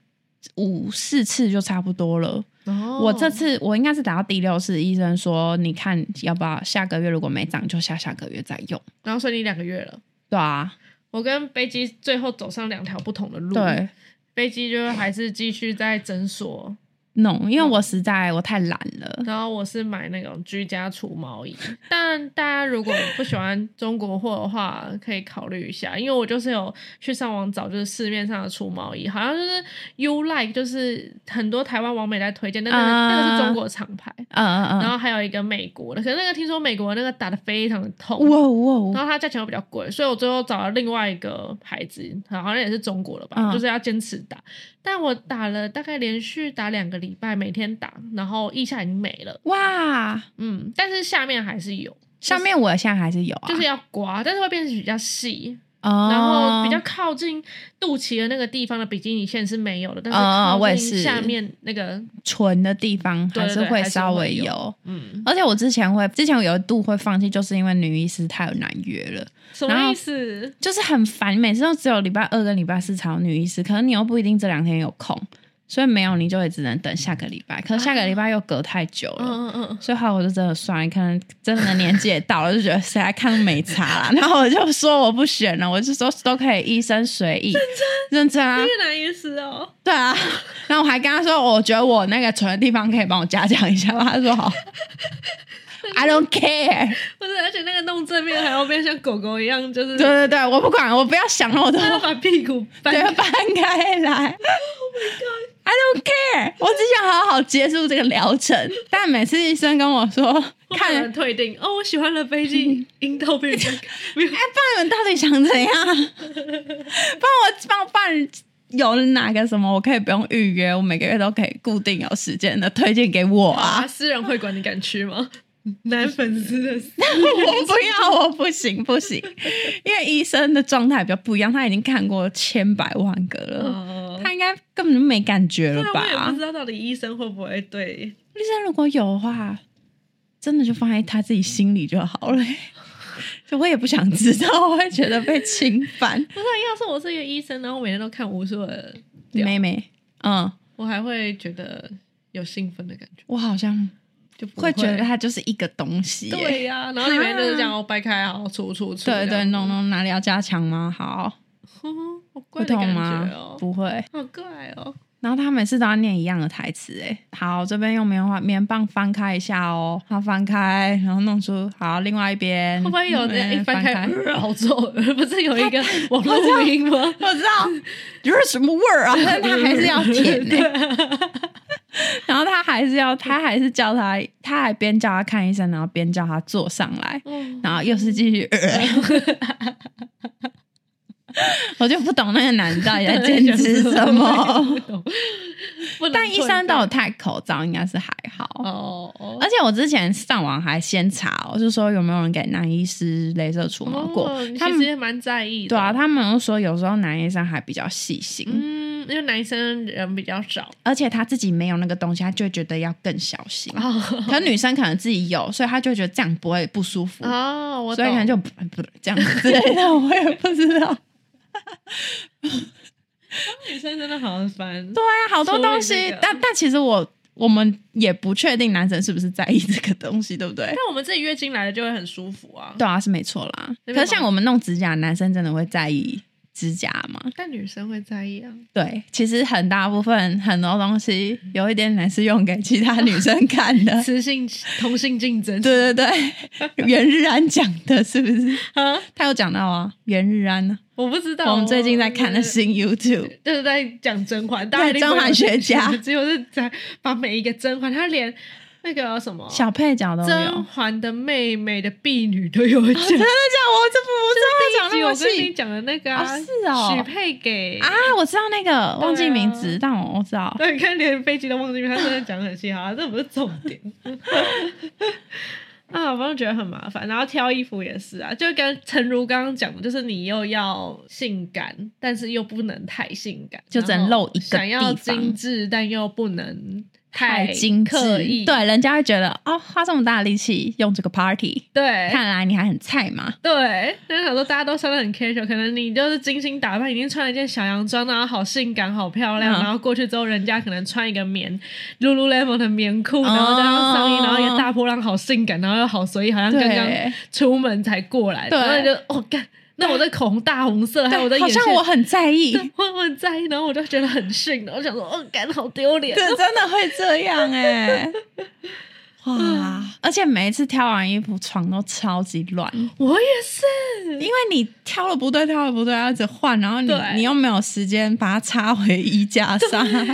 Speaker 2: 五四次就差不多了。
Speaker 1: 哦
Speaker 2: 我这次我应该是打到第六次，医生说你看要不要下个月如果没长就下下个月再用。
Speaker 1: 然后所以你两个月了。
Speaker 2: 对啊，
Speaker 1: 我跟飞机最后走上两条不同的路。，
Speaker 2: 对。
Speaker 1: 飞机就还是继续在诊所，
Speaker 2: 弄，
Speaker 1: 嗯
Speaker 2: 因为我实在我太懒了。
Speaker 1: 然后我是买那种居家除毛仪。 但大家如果不喜欢中国货的话，可以考虑一下，因为我就是有去上网找，就是市面上的除毛仪，好像就是 You Like，就是很多台湾网美在推荐，但那个、
Speaker 2: 啊
Speaker 1: 那个是中国厂牌。
Speaker 2: 嗯嗯
Speaker 1: 然
Speaker 2: 嗯，
Speaker 1: 后还有一个美国的，可是那个听说美国的那个打的非常的痛，
Speaker 2: 哇
Speaker 1: 然
Speaker 2: 哇，
Speaker 1: 后它价钱又比较贵，所以我最后找了另外一个牌子，好像也是中国的吧，
Speaker 2: 嗯
Speaker 1: 就是要坚持打。但我打了大概连续打两个礼拜，每天打，然后腋下已经没了，
Speaker 2: 哇！
Speaker 1: 嗯，但是下面还是有，
Speaker 2: 上面我现在还是有啊，
Speaker 1: 就是要刮，但是会变得比较细，
Speaker 2: 哦
Speaker 1: 然后比较靠近肚脐的那个地方的比基尼线是没有的，但是
Speaker 2: 嗯嗯我
Speaker 1: 靠
Speaker 2: 也
Speaker 1: 近
Speaker 2: 是
Speaker 1: 下面那个，
Speaker 2: 纯的地方
Speaker 1: 对
Speaker 2: 还
Speaker 1: 对
Speaker 2: 是
Speaker 1: 对
Speaker 2: 会
Speaker 1: 还是
Speaker 2: 稍
Speaker 1: 会
Speaker 2: 微
Speaker 1: 有
Speaker 2: 有。
Speaker 1: 嗯，
Speaker 2: 而且我之前会，之前我有一度会放弃，就是因为女医师太难约了，
Speaker 1: 什
Speaker 2: 然
Speaker 1: 么
Speaker 2: 后
Speaker 1: 意思？
Speaker 2: 就是很烦，每次都只有礼拜二跟礼拜四才有女医师，可能你又不一定这两天有空，所以没有你就也只能等下个礼拜，可是下个礼拜又隔太久了，
Speaker 1: 嗯嗯嗯。
Speaker 2: 所以后来我就真的算了，可能真的年纪也到了，就觉得谁来看都没差啦。然后我就说我不选了，我就说都可以医生随意，认真认真啊，
Speaker 1: 越南医师哦，
Speaker 2: 对啊。然后我还跟他说，我觉得我那个存的地方可以帮我加强一下吗？他说 好。I don't care，
Speaker 1: 不是，而且那个弄正面还要变像狗狗一样，就是
Speaker 2: 对对对，我不管，我不要想了， 我都
Speaker 1: 他要把屁股翻
Speaker 2: 对
Speaker 1: 开。
Speaker 2: 搬开 来。I don't care，我只想好好结束这个疗程。但每次医生跟我说，
Speaker 1: 会不会有
Speaker 2: 看
Speaker 1: 人退订哦，我喜欢了飞 机阴道被人家没有
Speaker 2: 哎，爸，你们到底想怎样？帮我帮帮人有哪个什么我可以不用预约，我每个月都可以固定有时间的推荐给我啊 嗯
Speaker 1: 啊，！私人会馆你敢去吗？男粉丝的私
Speaker 2: 我不要，我不行不行，因为医生的状态比较不一样，他已经看过千百万个了，
Speaker 1: 哦
Speaker 2: 他应该根本就没感觉
Speaker 1: 对
Speaker 2: 了
Speaker 1: 啊我也
Speaker 2: 吧
Speaker 1: 不知？道到底医生会不会对，
Speaker 2: 医生如果有的话，真的就放在他自己心里就好了。 就我也不想知道，我会觉得被侵 犯。
Speaker 1: 不是要是我是一个医生，然后每天都看无数的屌，
Speaker 2: 妹妹，嗯，
Speaker 1: 我还会觉得有兴奋的感觉，
Speaker 2: 我好像
Speaker 1: 就不
Speaker 2: 会觉得
Speaker 1: 会
Speaker 2: 它就是一个东西耶、
Speaker 1: 对啊呀、然后你每天就是这样哦掰开，然后出出出，
Speaker 2: 对
Speaker 1: 这
Speaker 2: 对，
Speaker 1: 样
Speaker 2: 弄，弄哪里要加强吗？好，
Speaker 1: 嗯好怪
Speaker 2: 不
Speaker 1: 的
Speaker 2: 痛
Speaker 1: 感
Speaker 2: 吗
Speaker 1: 觉？哦，
Speaker 2: 不会。
Speaker 1: 好怪哦，
Speaker 2: 然后他每次都要念一样的台词，哎，好，这边用棉花棉棒翻开一下哦，好翻开，然后弄出好另外一边，
Speaker 1: 会不会有那
Speaker 2: 嗯
Speaker 1: 一翻
Speaker 2: 翻
Speaker 1: 开
Speaker 2: 开？
Speaker 1: 呃好臭？不是有一个网络录音吗？
Speaker 2: 我知道，就是什么味儿啊？ 但他还是要 舔呢、然后他还是要，他还是叫他，他还边叫他看医生，然后边叫他坐上来，
Speaker 1: 哦
Speaker 2: 然后又是继续、 我就不懂那个男的到底在坚持什么
Speaker 1: 不。懂？ 不能
Speaker 2: 但医生都有
Speaker 1: 退
Speaker 2: 戴口罩，应该是还好。
Speaker 1: 哦哦，
Speaker 2: 而且我之前上网还先查、哦，就说有没有人给男医师镭射除毛过，
Speaker 1: 哦你
Speaker 2: 他
Speaker 1: 其实
Speaker 2: 们
Speaker 1: 也蛮在意的，
Speaker 2: 对啊，他们又说有时候男医生还比较细心，
Speaker 1: 嗯，因为男生人比较 少
Speaker 2: 而且他自己没有那个东西，他就会觉得要更小心。
Speaker 1: 哦
Speaker 2: 可女生可能自己有，所以她就会觉得这样不会不舒服，
Speaker 1: 哦，我
Speaker 2: 所以可能
Speaker 1: 懂
Speaker 2: 就 不不这样之类的，我也不知道。
Speaker 1: 女生真的好烦，
Speaker 2: 对啊，好多东
Speaker 1: 所以
Speaker 2: 西，
Speaker 1: 那个
Speaker 2: 但但其实我我们也不确定男生是不是在意这个东西，对不对
Speaker 1: 但？我们自己月经来了就会很舒服啊，
Speaker 2: 对啊，是没错啦。
Speaker 1: 那边
Speaker 2: 可是像我们弄指甲，男生真的会在意指甲吗？
Speaker 1: 但女生会在意啊，。
Speaker 2: 对，其实很大部分很多东西有一点点是用给其他女生看的
Speaker 1: 雌性同性竞争，
Speaker 2: 对对对，袁日安讲的是不是？
Speaker 1: 啊，
Speaker 2: 他有讲到啊，袁日安呢、
Speaker 1: 我不知道，
Speaker 2: 我们最近在看的
Speaker 1: 是
Speaker 2: 新 YouTube，
Speaker 1: 就是在讲甄嬛，大家一定
Speaker 2: 甄嬛学 家
Speaker 1: 不会有兴趣结果是在把每一个甄嬛，她连那个什么
Speaker 2: 小配角都有。真的假的？
Speaker 1: 甄嬛的妹妹的婢女都有讲。
Speaker 2: 我这不啊我真的讲
Speaker 1: 第一集
Speaker 2: 那么
Speaker 1: 我跟你
Speaker 2: 细
Speaker 1: 讲的那个
Speaker 2: 哦
Speaker 1: 啊，
Speaker 2: 是哦
Speaker 1: 许配给
Speaker 2: 啊？我知道那个忘记名字，但我我知道。
Speaker 1: 对，你看连飞机都忘记，他真的讲得很细哈，这不是重点。 啊，反正觉得很麻烦，然后挑衣服也是啊，就跟诚如刚刚讲的，就是你又要性感，但是又不能太性感，
Speaker 2: 就只能露一个
Speaker 1: 然后想要
Speaker 2: 地方
Speaker 1: 精致，但又不能
Speaker 2: 太精致
Speaker 1: 刻意，，
Speaker 2: 对，人家会觉得哦，花这么大力气用这个 party，
Speaker 1: 对，
Speaker 2: 看来你还很菜嘛。
Speaker 1: 对，就是想说大家都穿的很 casual，可能你就是精心打扮，已经穿了一件小洋装，然后好性感、好漂亮，
Speaker 2: 嗯
Speaker 1: 然后过去之后，人家可能穿一个棉 Lululemon 的棉裤，
Speaker 2: 哦
Speaker 1: 然后加上上衣，然后一个大波浪，好性感，然后又好随意，好像刚刚
Speaker 2: 对
Speaker 1: 出门才过来，
Speaker 2: 对
Speaker 1: 然后你就哦干，那我的口红大红色，还有我的
Speaker 2: 好
Speaker 1: 眼线
Speaker 2: 像。我很在意，
Speaker 1: 对我很在意，然后我就觉得很逊，然后想说，哦，干好丢脸。
Speaker 2: 对， 真的会这样哎、 哇！而且每一次挑完衣服，床都超级乱，
Speaker 1: 我也是，
Speaker 2: 因为你挑了不对，挑了不对，要一直换，然后你
Speaker 1: 对
Speaker 2: 你又没有时间把它插回衣架上。
Speaker 1: 很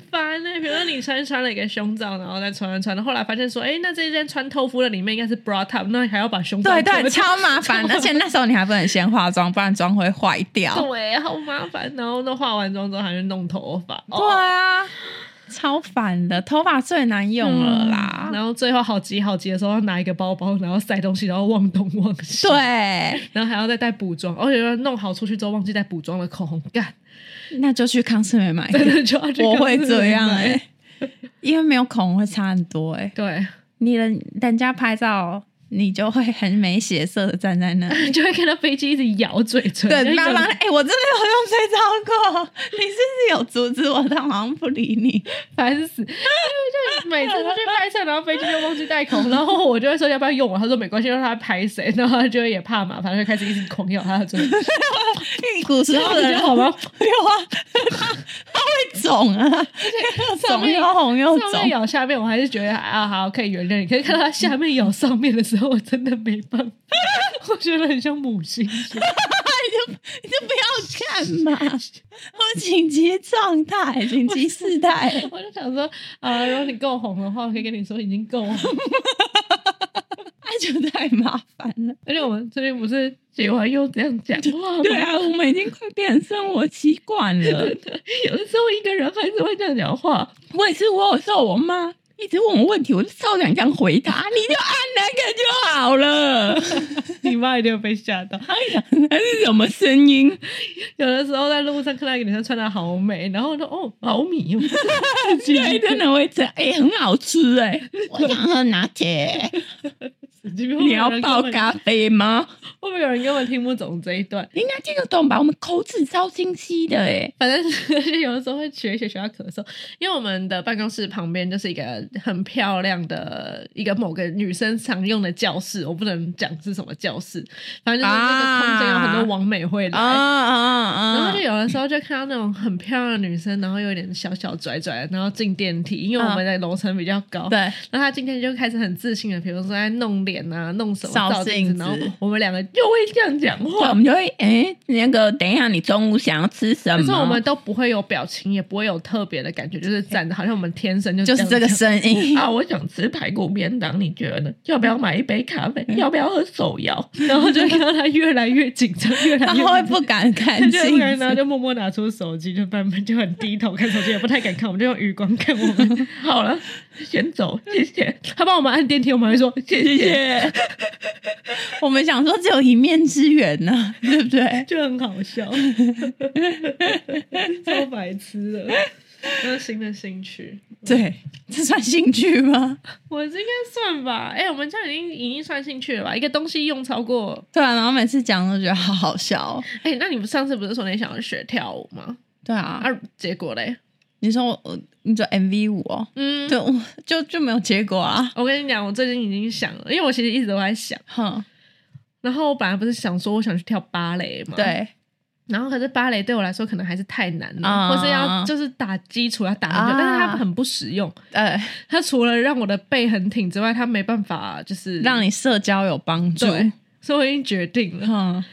Speaker 1: 烦呢、欸比如说你穿穿了一个胸罩，然后再穿穿穿，然后后来发现说，哎、那这件穿透肤的里面应该是 bra top，那你还要把胸罩
Speaker 2: 对
Speaker 1: 脱 掉
Speaker 2: 对，超麻烦，而且那时候你还不能先化妆，不然妆会坏掉。
Speaker 1: 对，欸好麻烦。然后都化完妆之后还去弄头发，
Speaker 2: 对
Speaker 1: 哦
Speaker 2: 啊，超烦的，头发最难用了啦。
Speaker 1: 嗯然后最后好急好急的时候，要拿一个包包，然后塞东西，然后忘东忘西，，
Speaker 2: 对，
Speaker 1: 然后还要再带补妆，而且又弄好出去之后忘记带补妆的口红， 干，
Speaker 2: 那就 去康斯美买。
Speaker 1: 真的就要去。
Speaker 2: 我会这样哎、，因为没有口红会差很多哎、
Speaker 1: 对，
Speaker 2: 你人人家拍照，你就会很没血色的站在那 里。
Speaker 1: 就会看到飞机一直咬嘴唇，
Speaker 2: 对
Speaker 1: 就，一
Speaker 2: 妈
Speaker 1: 种
Speaker 2: 妈，哎、我真的有用追照过，你是不是有阻止我？但我好像不理你。
Speaker 1: 烦死！因为就每次出去拍摄，然后飞机就忘记带口红，然后我就会说要不要用我，他说没关系，让他拍谁，然后他就会也怕麻烦，就开始一直狂咬他的 嘴。
Speaker 2: 你 古时候的人
Speaker 1: 好吗？
Speaker 2: 有啊，他他会肿 啊，
Speaker 1: 上
Speaker 2: 肿
Speaker 1: 面
Speaker 2: 又红又
Speaker 1: 上面
Speaker 2: 肿。
Speaker 1: 咬下面，我还是觉得啊好可以原谅你。可是啊看到他下面咬上面的时候，我真的没办法，我觉得很像母猩猩。
Speaker 2: 哎你就不要看嘛， 我紧急状态，紧急事态。
Speaker 1: 我就想说，啊，如果你够红的话，我可以跟你说已经够红。
Speaker 2: 哎，就太麻烦了。
Speaker 1: 而且我们最近不是结完又这样讲话吗？
Speaker 2: 对啊，我们已经快变成生活习惯了。
Speaker 1: 有的时候一个人还是会这样讲话。
Speaker 2: 我也是，我有时候我妈一直问我问题，我就照样这样回答，你就按那个就好了。
Speaker 1: 你妈一定有被吓到。
Speaker 2: 哎呀，那是什么声音？
Speaker 1: 有的时候在路上看到一个女生穿的好美，然后我说哦，好米，
Speaker 2: 对，真的会这样，哎、很好吃哎、我想喝拿铁，
Speaker 1: 神经病
Speaker 2: 你要泡
Speaker 1: 报告。
Speaker 2: 咖啡吗？
Speaker 1: 会不会有人根本听不懂这一段？
Speaker 2: 应该听得懂吧？我们口齿超清晰的哎、
Speaker 1: 反正 是有的时候会学一学学到咳嗽，因为我们的办公室旁边就是一个很漂亮的一个某个女生常用的教室，我不能讲是什么教室，反正就是那个空间有很多网美会来。
Speaker 2: 啊
Speaker 1: 然后
Speaker 2: 啊
Speaker 1: 就！有的时候就看到那种很漂亮的女生，然后有点小小拽拽的，然后进电梯，因为
Speaker 2: 啊
Speaker 1: 我们的楼层比较高，
Speaker 2: 对，
Speaker 1: 然后他今天就开始很自信的，比如说在弄脸啊、弄手、
Speaker 2: 照
Speaker 1: 照镜
Speaker 2: 镜子
Speaker 1: 然后我们两个就会这样讲
Speaker 2: 对我
Speaker 1: 话，
Speaker 2: 们就会哎、那个等一下，你中午想要吃什
Speaker 1: 可是
Speaker 2: 么？
Speaker 1: 我们都不会有表情，也不会有特别的感觉，就是站着，好像我们天生就
Speaker 2: 就是这
Speaker 1: 样
Speaker 2: 个
Speaker 1: 讲
Speaker 2: 声音，
Speaker 1: 啊，我想吃排骨便当，你觉得呢？要不要买一杯咖啡？要不要喝手摇？然后就看到他越来越紧张，越来
Speaker 2: 他
Speaker 1: 越紧
Speaker 2: 会
Speaker 1: 张。
Speaker 2: 不敢 看
Speaker 1: 他就
Speaker 2: 镜
Speaker 1: 突然呢，
Speaker 2: 子。
Speaker 1: 就默默拿出手机，就慢慢就很低头看手机，也不太敢看，我们就用余光看我 们。好了，先走，谢谢。他帮我们按电梯，我们还说谢谢，
Speaker 2: 我们想说只有一面之缘呢、 对不对？
Speaker 1: 就很好笑，超白痴的。 那新的兴趣，
Speaker 2: 对，这算兴趣吗？
Speaker 1: 我这应该算吧？哎、我们这样已经已经算兴趣了吧？一个东西用超过，
Speaker 2: 对啊，然后每次讲都觉得好好笑哦、
Speaker 1: 哎、那你们上次不是说你想要学跳舞吗？
Speaker 2: 对啊，
Speaker 1: 啊，结果嘞，
Speaker 2: 你说我，我你说 MV 五哦，
Speaker 1: 嗯，
Speaker 2: 对，我就就没有结果啊。
Speaker 1: 我跟你讲，我最近已经想了，因为我其实一直都在想。
Speaker 2: 哼，
Speaker 1: 然后我本来不是想说我想去跳芭蕾嘛，。
Speaker 2: 对，
Speaker 1: 然后可是芭蕾对我来说可能还是太难了，
Speaker 2: 啊
Speaker 1: 或是要就是打基础要打很久，
Speaker 2: 啊
Speaker 1: 但是它很不实用。
Speaker 2: 呃，
Speaker 1: 它除了让我的背很挺之外，它没办法就是
Speaker 2: 让你社交有帮助。
Speaker 1: 对。所以我已经决定了，
Speaker 2: 哼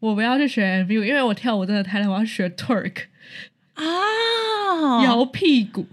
Speaker 1: 我不要去学 MV，因为我跳舞真的太累，我要学 Turk
Speaker 2: 啊，
Speaker 1: 摇屁股。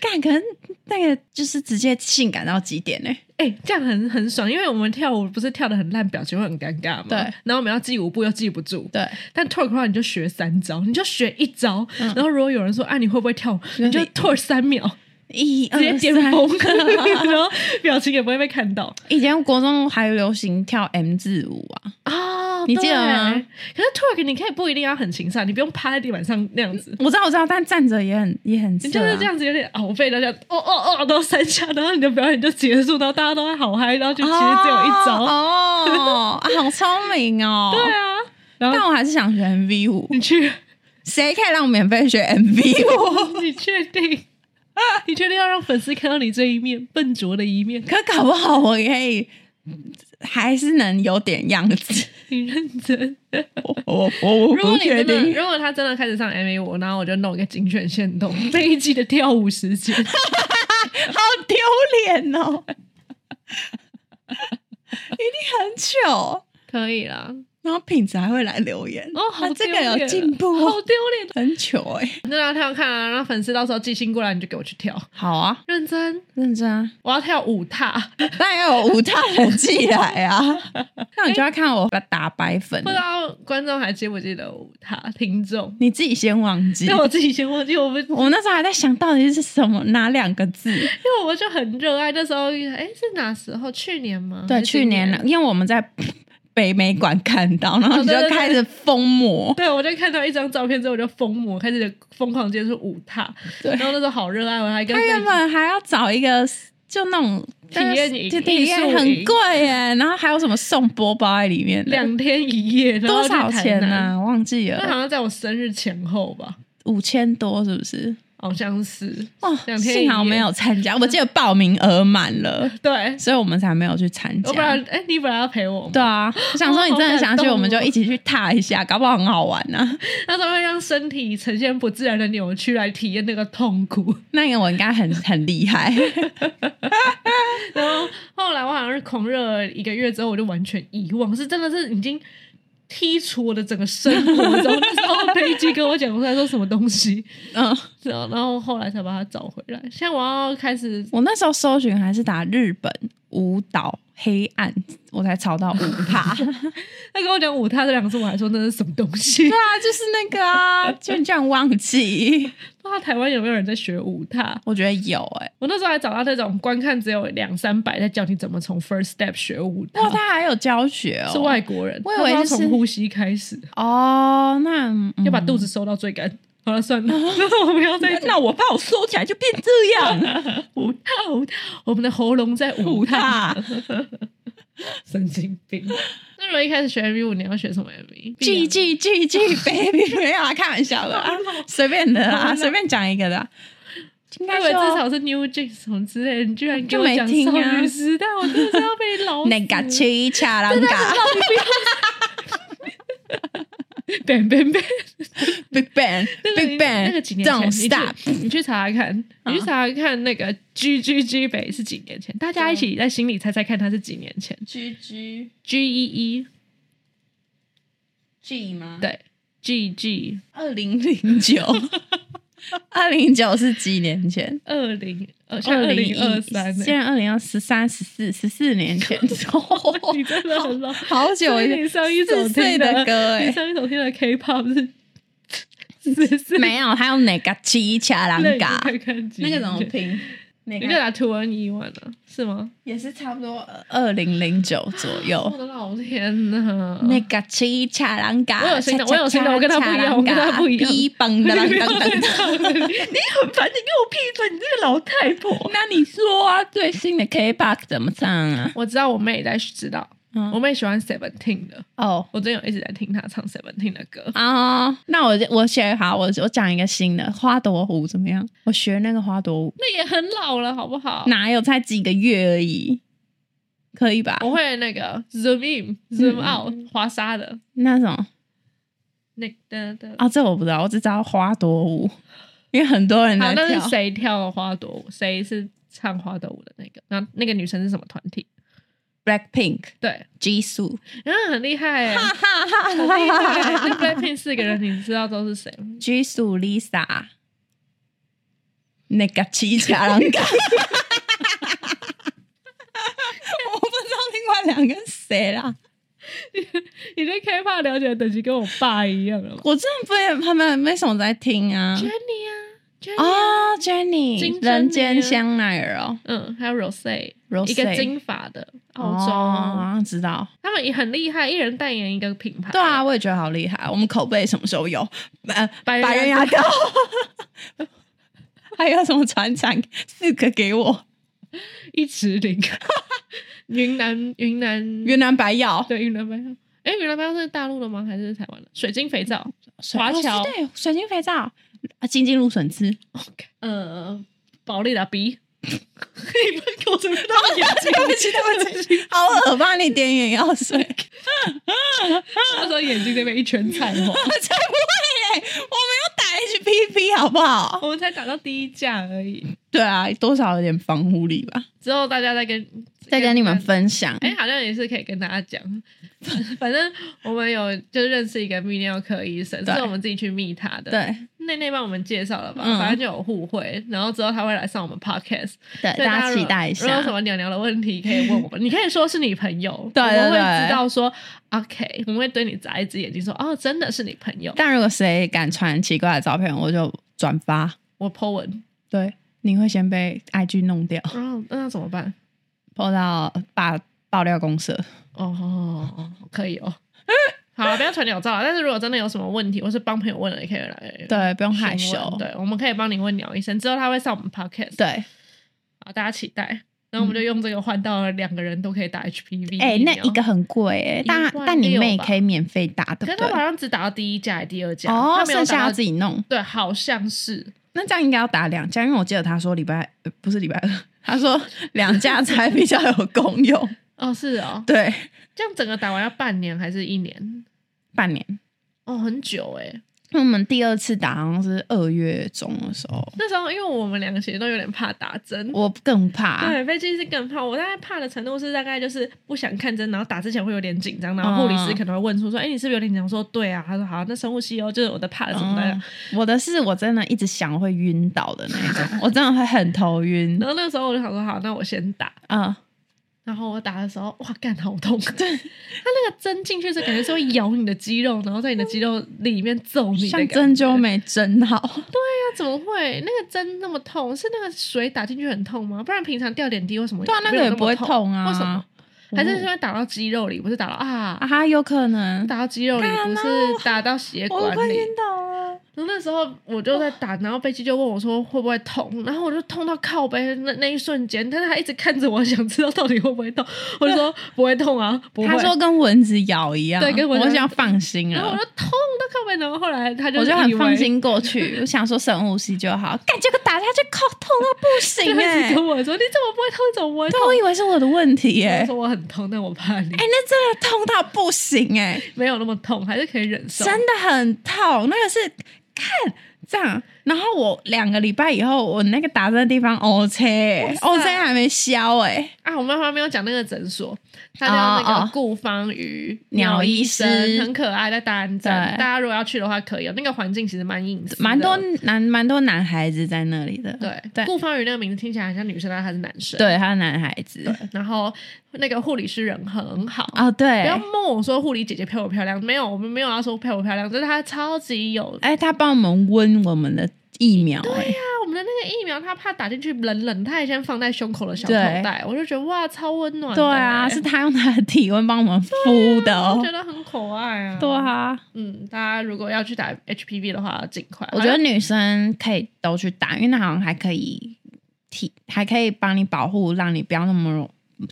Speaker 2: 干，可能那个就是直接性感到极点呢、
Speaker 1: 哎、这样很很爽，因为我们跳舞不是跳的很烂，表情会很尴尬嘛。
Speaker 2: 对
Speaker 1: 然后我们要记舞步又记不住，
Speaker 2: 对，
Speaker 1: 但 twerk 的话，你就学三招，你就学一招，
Speaker 2: 嗯
Speaker 1: 然后如果有人说啊你会不会跳舞，
Speaker 2: 你
Speaker 1: 你就
Speaker 2: 就
Speaker 1: twerk 三秒，
Speaker 2: 一
Speaker 1: 直接巅
Speaker 2: 二
Speaker 1: 峰，
Speaker 2: 三
Speaker 1: 然后表情也不会被看到
Speaker 2: 以前国中还流行跳 M 字舞啊，
Speaker 1: 啊
Speaker 2: 你记得吗？
Speaker 1: 对可是 twerk 你可以不一定要很勤善，你不用趴在地板上那样子。
Speaker 2: 我知道，我知道，但站着也很也很色、
Speaker 1: 你
Speaker 2: 啊，
Speaker 1: 就是这样子，有点熬背，然后这样哦哦哦，然后三下，然后你的表演就结束，然后大家都会好嗨，然后就
Speaker 2: 哦，
Speaker 1: 其实只有一招，
Speaker 2: 哦，啊，好聪明 哦。
Speaker 1: 对啊，然
Speaker 2: 但
Speaker 1: 后
Speaker 2: 我还是想学 MV 舞，
Speaker 1: 你去，
Speaker 2: 谁可以让我免费学 MV 舞？
Speaker 1: 你确定？ 你确定要让粉丝看到你这一面笨拙的一面？
Speaker 2: 可搞不好我可以还是能有点样 子。
Speaker 1: 你认真？
Speaker 2: 我我我
Speaker 1: 如果你真的，。如果他真的开始上 MV 舞，然后我就弄一个精选线动，每一季的跳舞时 间，
Speaker 2: 好丢脸 哦！一定很糗，
Speaker 1: 可以啦。
Speaker 2: 然后品质还会来留言
Speaker 1: 哦，好
Speaker 2: 啊这
Speaker 1: 丢
Speaker 2: 个
Speaker 1: 脸啊
Speaker 2: 有进步哦，
Speaker 1: 好丢脸。
Speaker 2: 很糗哎、
Speaker 1: 那让他们看啊，让粉丝到时候寄信过来，你就给我去跳，
Speaker 2: 好啊，
Speaker 1: 认真。
Speaker 2: 认真啊，
Speaker 1: 我要跳舞踏，
Speaker 2: 但要有五大人寄 来啊，那你就要看我把打白粉
Speaker 1: 不，知道观众还记不记得舞踏？听众，
Speaker 2: 你自己先忘记
Speaker 1: 但。我自己先忘记，我们因
Speaker 2: 我那时候还在想到底是什么哪两个字，
Speaker 1: 为我就很热爱那时候，哎，是哪时候？去年吗？
Speaker 2: 对，
Speaker 1: 还哦是
Speaker 2: 去
Speaker 1: 今
Speaker 2: 年了，因为我们在北美馆看到，然后你就
Speaker 1: 哦对对对
Speaker 2: 开始疯魔，
Speaker 1: 对，我就看到一张照片之后，我就疯魔，开始疯狂接触舞踏。
Speaker 2: 对
Speaker 1: 然后那时候好热爱，我还跟
Speaker 2: 他
Speaker 1: 粉丝
Speaker 2: 原本还要找一个就那种
Speaker 1: 体验营
Speaker 2: 就体验很贵耶，然后还有什么送包包在里面 的，
Speaker 1: 两天一夜，然后
Speaker 2: 多
Speaker 1: 去
Speaker 2: 少钱
Speaker 1: 台
Speaker 2: 呢、
Speaker 1: 南？
Speaker 2: 啊？忘记
Speaker 1: 那好
Speaker 2: 了，
Speaker 1: 像在我生日前后吧，
Speaker 2: 五千多是不是？
Speaker 1: 好像是。
Speaker 2: 哦
Speaker 1: 两，天一夜
Speaker 2: 幸好没有参加，我记得报名额满了，
Speaker 1: 对，
Speaker 2: 所以我们才没有去参
Speaker 1: 我本来
Speaker 2: 加。
Speaker 1: 哎、你本来要陪我嘛，
Speaker 2: 对啊，我想说你真的
Speaker 1: 哦好感
Speaker 2: 想去，
Speaker 1: 动哦
Speaker 2: 我们就一起去踏一 下，搞不好很好玩呢、啊。
Speaker 1: 那时候会让身体呈现不自然的扭曲来体验那个痛苦。
Speaker 2: 那个我应该很很厉 害，
Speaker 1: 然后后来我好像是狂热了一个月之后，我就完全遗忘，是真的是已经。剔除我的整个生活中，那时候飞机跟我讲出来说什么东西，
Speaker 2: 嗯，
Speaker 1: 然后然后后来才把它找回来。现在我要开始
Speaker 2: 我那时候搜寻还是打日本，舞蹈黑暗，我才吵到五趴。
Speaker 1: 他跟我讲“舞踏”这两个字，我还说那是什么东西
Speaker 2: 对？啊，就是那个啊，就你这样忘记，
Speaker 1: 不知道台湾有没有人在学舞踏？
Speaker 2: 我觉得
Speaker 1: 欸
Speaker 2: 有哎、
Speaker 1: 我那时候还找到那种观看只有两三百，在教你怎么从 first step 学舞
Speaker 2: 欸，哇，
Speaker 1: 踏，
Speaker 2: 他还有教学哦，
Speaker 1: 是外国人，
Speaker 2: 我以为
Speaker 1: 他
Speaker 2: 是
Speaker 1: 们要从呼吸开始，
Speaker 2: 哦，那、嗯
Speaker 1: 要把肚子收到最干。好了， 算了，我们要再
Speaker 2: 那我把我收起来就变这样了，
Speaker 1: 舞踏舞踏，我们的喉咙在舞
Speaker 2: 五
Speaker 1: 踏，
Speaker 2: 大
Speaker 1: 神经病。那如果一开始学 MV 舞，你要学什么 MV？
Speaker 2: G G G G baby 没有啦，开玩笑的啦， 随便的啦，随便讲一个的啊，应
Speaker 1: 我以
Speaker 2: 该
Speaker 1: 为至
Speaker 2: 说
Speaker 1: 少是 New Jeans 什么之类的，你居然给
Speaker 2: 就
Speaker 1: 我
Speaker 2: 没
Speaker 1: 讲
Speaker 2: 听
Speaker 1: 少
Speaker 2: 啊
Speaker 1: 女时代，我真的是要被老 死。
Speaker 2: 那个七恰啷嘎
Speaker 1: 变变变，
Speaker 2: Big Bang
Speaker 1: 那个
Speaker 2: Big Bang
Speaker 1: 那个几年前，
Speaker 2: Don't
Speaker 1: 你去
Speaker 2: Stop，
Speaker 1: 你去查查看，你去查查看那个 G G G 北是几年前？大家一起在心里猜猜看，它是几年前
Speaker 2: G G
Speaker 1: ？G E E
Speaker 2: G 吗？
Speaker 1: 对 G G
Speaker 2: 二零 零九，二零九是几年前？
Speaker 1: 二零二像二零二三
Speaker 2: 现在二零二十三、十四、十四年前，
Speaker 1: 你真的很老。
Speaker 2: 好久
Speaker 1: 所
Speaker 2: 以
Speaker 1: 以
Speaker 2: 前
Speaker 1: 你上一首
Speaker 2: 四
Speaker 1: 听
Speaker 2: 岁的歌
Speaker 1: 你
Speaker 2: 哎，
Speaker 1: 上一首听的 K-pop 是欸 是是
Speaker 2: 没有，还有哪个七恰
Speaker 1: 那
Speaker 2: 啷
Speaker 1: 你
Speaker 2: 嘎？
Speaker 1: 看看几
Speaker 2: 那个
Speaker 1: 年
Speaker 2: 怎么
Speaker 1: 前
Speaker 2: 拼？那
Speaker 1: 你就拿图文一万了，是吗？
Speaker 2: 也是差不多哦二零零九左
Speaker 1: 我
Speaker 2: 右。
Speaker 1: 的老天呐！
Speaker 2: 那个七恰啷嘎，
Speaker 1: 我有新的我有新的我跟他不一样我跟他不一样
Speaker 2: 逼崩的啷
Speaker 1: 你不要
Speaker 2: 当
Speaker 1: 再
Speaker 2: 当当。
Speaker 1: 闹了 你很烦，你给我闭嘴！你这个老太婆。
Speaker 2: 那你说啊，最新的 K-pop 怎么唱啊？
Speaker 1: 我知道我妹也在知道，
Speaker 2: 嗯
Speaker 1: 我妹喜欢 Seventeen 的，
Speaker 2: 哦
Speaker 1: 我最近有一直在听她唱 Seventeen 的歌。
Speaker 2: 啊，那我我学好，我我讲一个新的花朵舞怎么样？我学那个花朵舞，
Speaker 1: 那也很老了，好不好？
Speaker 2: 哪有才几个月而已，可以吧？
Speaker 1: 我会那嗯个 zoom in zoom out 华沙的
Speaker 2: 那什么
Speaker 1: 那的的。
Speaker 2: 啊？这我不知道，我只知道花朵舞，因为很多人
Speaker 1: 好，
Speaker 2: 在
Speaker 1: 那
Speaker 2: 跳
Speaker 1: 是。谁跳花朵舞？谁是唱花朵舞的那个？然后那个女生是什么团体？
Speaker 2: Black Pink、
Speaker 1: 对，
Speaker 2: Jisoo，
Speaker 1: 然后很厉害欸，
Speaker 2: 哈哈
Speaker 1: 很厉害
Speaker 2: 哈
Speaker 1: 欸。
Speaker 2: 哈
Speaker 1: 那 Blackpink 四个人，你知道都是谁吗？
Speaker 2: Jisoo、Lisa，那个七卡啷 嘎，我不知道另外两个是谁啦。
Speaker 1: 你对 K-pop 了解的等级跟我爸一样了吗
Speaker 2: 我真的不也他们没什么在听啊。
Speaker 1: ？Jennie 啊，Jennie 啊
Speaker 2: 哦
Speaker 1: 金
Speaker 2: ，Jenny，
Speaker 1: 珍妮啊
Speaker 2: 人间香奈儿哦，
Speaker 1: 嗯，还有 Rose，
Speaker 2: Rosé
Speaker 1: 一个金发的澳洲，
Speaker 2: 哦好像知道。
Speaker 1: 他们也很厉害，一人代言一个品牌。
Speaker 2: 对啊，我也觉得好厉害。我们口碑什么时候有？呃，
Speaker 1: 百
Speaker 2: 百
Speaker 1: 人
Speaker 2: 人
Speaker 1: 牙
Speaker 2: 牙膏， 还有什么船长四个给我？
Speaker 1: 一直零，云南云南
Speaker 2: 云南白药，
Speaker 1: 对云南白药，哎，云南白药是大陆的吗？还是台湾的？水晶肥皂，
Speaker 2: 水
Speaker 1: 华侨
Speaker 2: 哦对水晶肥皂，啊，金金芦笋 汁，
Speaker 1: 呃，保利达 B。你们给我准备到眼睛，
Speaker 2: 对不起对不起，好恶吧？你点眼 药水，我才
Speaker 1: 那时候眼睛那边一圈菜哦花。
Speaker 2: 不会嘞！我没有打 HPP 好不好？
Speaker 1: 我们才打到第一架而已，
Speaker 2: 对啊，多少有点防护力吧。
Speaker 1: 之后大家再跟
Speaker 2: 再跟你们分享，
Speaker 1: 哎、好像也是可以跟大家讲，反 正我们有就认识一个泌尿科医生，
Speaker 2: 对
Speaker 1: 是我们自己去密他的。，
Speaker 2: 对
Speaker 1: 内内帮我们介绍了吧，
Speaker 2: 嗯
Speaker 1: 反正就有互惠，然后之后他会来上我们 podcast，
Speaker 2: 对，
Speaker 1: 所以
Speaker 2: 大家
Speaker 1: 如果
Speaker 2: 期待一
Speaker 1: 如果
Speaker 2: 下
Speaker 1: 有什。么鸟鸟的问题可以问我们，你可以说是你朋友，
Speaker 2: 对对
Speaker 1: 我们会
Speaker 2: 对
Speaker 1: 知道说 OK，我们会对你眨一只眼睛说哦，真的是你朋 友。
Speaker 2: 但如果谁敢传奇怪的照片，我就转发。
Speaker 1: 我 po 文，
Speaker 2: 对，你会先被 IG 弄掉，
Speaker 1: 然后哦那怎么办？
Speaker 2: 碰到爆爆料公社。
Speaker 1: 哦，可以哦。 好了，不要传鸟照了。啊但是如果真的有什么问题，或是帮朋友问了，也可以来
Speaker 2: 对，不用害
Speaker 1: 询
Speaker 2: 羞
Speaker 1: 问。对，我们可以帮你问鸟医生，之后他会上我们 podcast，
Speaker 2: 对，
Speaker 1: 好，大家期待。然后我们就用这个换到了两个人都可以打 HPV，
Speaker 2: 哎、
Speaker 1: 疫
Speaker 2: 那
Speaker 1: 苗
Speaker 2: 一个，很贵哎、
Speaker 1: 嗯一
Speaker 2: 但
Speaker 1: 万
Speaker 2: 但你
Speaker 1: 六
Speaker 2: 妹
Speaker 1: 吧
Speaker 2: 可以免费打，
Speaker 1: 可
Speaker 2: 对
Speaker 1: 是
Speaker 2: 不
Speaker 1: 他们好
Speaker 2: 对？
Speaker 1: 像只打到第一架、还是第二架，
Speaker 2: 哦
Speaker 1: 他，没有
Speaker 2: 剩下
Speaker 1: 打
Speaker 2: 要
Speaker 1: 到
Speaker 2: 自己弄。
Speaker 1: 对，好像是
Speaker 2: 那这样应该要打两架，因为我记得他说礼拜、呃不是礼拜二， 他说两架才比较有功用。
Speaker 1: 哦，是哦，
Speaker 2: 对，
Speaker 1: 这样整个打完要半年还是一年？
Speaker 2: 半年。
Speaker 1: 哦，很久哎。
Speaker 2: 那我们第二次打好像是二月中的时候，
Speaker 1: 那时候因为我们两个其实都有点怕打针，
Speaker 2: 我更怕。
Speaker 1: 对，飞机是更怕。我大概怕的程度是大概就是不想看针，然后打之前会有点紧张，然后护理师可能会问出说：“哎、你是不是有点紧张？”说：“对啊。”他说：“好，那深呼吸哦。”就是我的怕的什么的。
Speaker 2: 嗯我的是我真的一直想会晕 倒的那一种，我真的会很头晕。
Speaker 1: 然后那个时候我就想说：“好，那我先打。
Speaker 2: 嗯，”
Speaker 1: 然后我打的时候，哇，干好痛！ 对，它那个针进去是感觉是会咬你的肌肉，然后在你的肌肉里面揍你的
Speaker 2: 像
Speaker 1: 感觉。
Speaker 2: 针灸没针好，
Speaker 1: 那怎么会？那个针那么痛，是那个水打进去很痛吗？不然平常掉点滴为什么？
Speaker 2: 对啊，那个也不会
Speaker 1: 痛
Speaker 2: 痛啊。
Speaker 1: 为什么？
Speaker 2: 哦？
Speaker 1: 还是是因为打到肌肉里，不是打到啊？
Speaker 2: 啊，有可能。
Speaker 1: 打到肌肉里
Speaker 2: 干
Speaker 1: 不
Speaker 2: 嘛
Speaker 1: 是打到血
Speaker 2: 我
Speaker 1: 管
Speaker 2: 快
Speaker 1: 里
Speaker 2: 晕，倒了。
Speaker 1: 然后那时候我就在打，然后贝基就问我说会不会痛，然后我就痛到靠背那那一瞬间，但是他一直看着我，想知道到底会不会痛， 我就说不会痛啊，不会。
Speaker 2: 他说跟蚊子咬一样，
Speaker 1: 对跟蚊子
Speaker 2: 我想放心
Speaker 1: 然后我
Speaker 2: 了
Speaker 1: 就，痛到靠背，然后后来他就
Speaker 2: 嗯我就
Speaker 1: 以
Speaker 2: 很
Speaker 1: 为
Speaker 2: 放，心过去。我想说深呼吸就 好，感觉打下去靠痛到不
Speaker 1: 就
Speaker 2: 行
Speaker 1: 一
Speaker 2: 哎、
Speaker 1: 直跟我说你怎么不会痛，你怎么不会痛
Speaker 2: 对，？我以为是我的问题 耶、
Speaker 1: 我说我很痛，但我怕你、
Speaker 2: 哎、那真的痛到不行哎、
Speaker 1: 没有那么痛，还是可以忍受。
Speaker 2: 真的很痛，那个是看这样。然后我两个礼拜以后，我那个打针的地方 O C
Speaker 1: 哇
Speaker 2: O
Speaker 1: 塞
Speaker 2: C 还没消哎、
Speaker 1: 啊，我妈妈没有讲那个诊所，她叫
Speaker 2: 哦
Speaker 1: 那个
Speaker 2: 哦
Speaker 1: 顾芳瑜
Speaker 2: 鸟
Speaker 1: 鸟
Speaker 2: 医
Speaker 1: 生
Speaker 2: 师，
Speaker 1: 很可爱，在大安站。
Speaker 2: 对
Speaker 1: 大家如果要去的话，可以哦。那个环境其实蛮隐私的，
Speaker 2: 蛮多男蛮多男孩子在那里的，
Speaker 1: 对
Speaker 2: 对
Speaker 1: 顾芳宇那个名字听起来很像女生，但他是男生。
Speaker 2: 对，还有男孩子
Speaker 1: 对，然后那个护理师人很好。
Speaker 2: 哦，
Speaker 1: 不
Speaker 2: 对，
Speaker 1: 要问我说护理姐姐漂不漂亮，没有，我们没有要说漂不漂亮，但是她超级有。
Speaker 2: 哎，他帮我们温我们的疫苗、哎，
Speaker 1: 啊，我们的那个疫苗，她怕打进去冷冷，她也先放在胸口的小口袋，我就觉得哇，超温暖的
Speaker 2: 对
Speaker 1: 欸。
Speaker 2: 啊，是他用他的体温帮我们敷的
Speaker 1: 我
Speaker 2: 哦
Speaker 1: 觉，得很可爱啊。
Speaker 2: 对，啊，
Speaker 1: 嗯，大家如果要去打 HPV 的话，尽快。
Speaker 2: 我觉得女生可以都去打，因为那好像还可以体，还可以帮你保护，让你不要那么容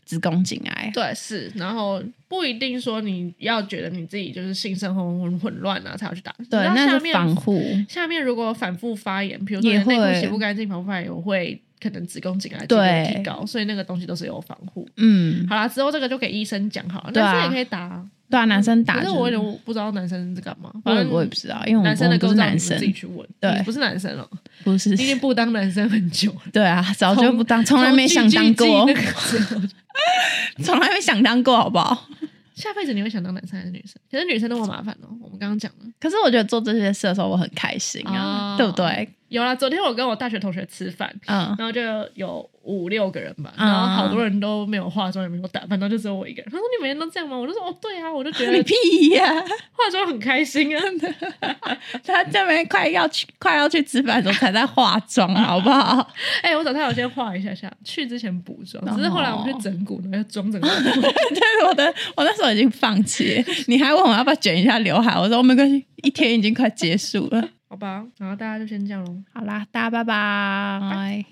Speaker 2: 子宫颈癌。
Speaker 1: 对，是，然后不一定说你要觉得你自己就是性生活混混乱啊，才要去打。
Speaker 2: 对，
Speaker 1: 你知道
Speaker 2: 那
Speaker 1: 下
Speaker 2: 是
Speaker 1: 面
Speaker 2: 防护。
Speaker 1: 下面如果反复发炎，比如说
Speaker 2: 也
Speaker 1: 你内
Speaker 2: 会
Speaker 1: 裤洗不干净，反复发炎会可能子宫颈癌几率
Speaker 2: 对
Speaker 1: 提高，所以那个东西都是有防护。
Speaker 2: 嗯，
Speaker 1: 好啦，之后这个就给医生讲好了，
Speaker 2: 对啊
Speaker 1: 男生也可以打啊。
Speaker 2: 对啊，男生打
Speaker 1: 可是
Speaker 2: 就
Speaker 1: 我有点不知道男生在干嘛，
Speaker 2: 我
Speaker 1: 反
Speaker 2: 也
Speaker 1: 正
Speaker 2: 我也不知道，因为我们
Speaker 1: 男生的
Speaker 2: 我们不
Speaker 1: 构造
Speaker 2: 是
Speaker 1: 你
Speaker 2: 男
Speaker 1: 们自己
Speaker 2: 生，
Speaker 1: 去问，
Speaker 2: 对
Speaker 1: 你不是男生了，
Speaker 2: 不是
Speaker 1: 你已经不当男生很久了，
Speaker 2: 对啊，早就不当，从来
Speaker 1: 从
Speaker 2: 没想
Speaker 1: 聚
Speaker 2: 当
Speaker 1: 聚
Speaker 2: 过
Speaker 1: 那，个时候
Speaker 2: 从来没想当过，好不好？
Speaker 1: 下辈子你会想当男生还是女生？可是女生那么麻烦哦、我们刚刚讲了。
Speaker 2: 可是我觉得做这些事的时候，我很开心
Speaker 1: 哦
Speaker 2: 啊，对不对？
Speaker 1: 有啦，昨天我跟我大学同学吃饭，
Speaker 2: 嗯，
Speaker 1: 然后就有五六个人吧，
Speaker 2: 嗯
Speaker 1: 然后好多人都没有化妆，也没有打扮，然后就只有我一个人。他说：“你每天都这样吗？”我就说：“哦，对啊，我就觉
Speaker 2: 你
Speaker 1: 得
Speaker 2: 屁呀、
Speaker 1: 化妆很开心啊。
Speaker 2: 他这边快要去快要去吃饭的时候才在化妆，好不好？”
Speaker 1: 哎、我早上有先化一下下，去之前补妆，
Speaker 2: 哦
Speaker 1: 只是后来我们去整骨，然后要妆整个。
Speaker 2: 对，我的我那时候已经放弃了。你还问我要不要卷一下刘海，我说没关系，一天已经快结束了。
Speaker 1: 好吧，然后大家就先这样喽。
Speaker 2: 好啦，大家拜拜。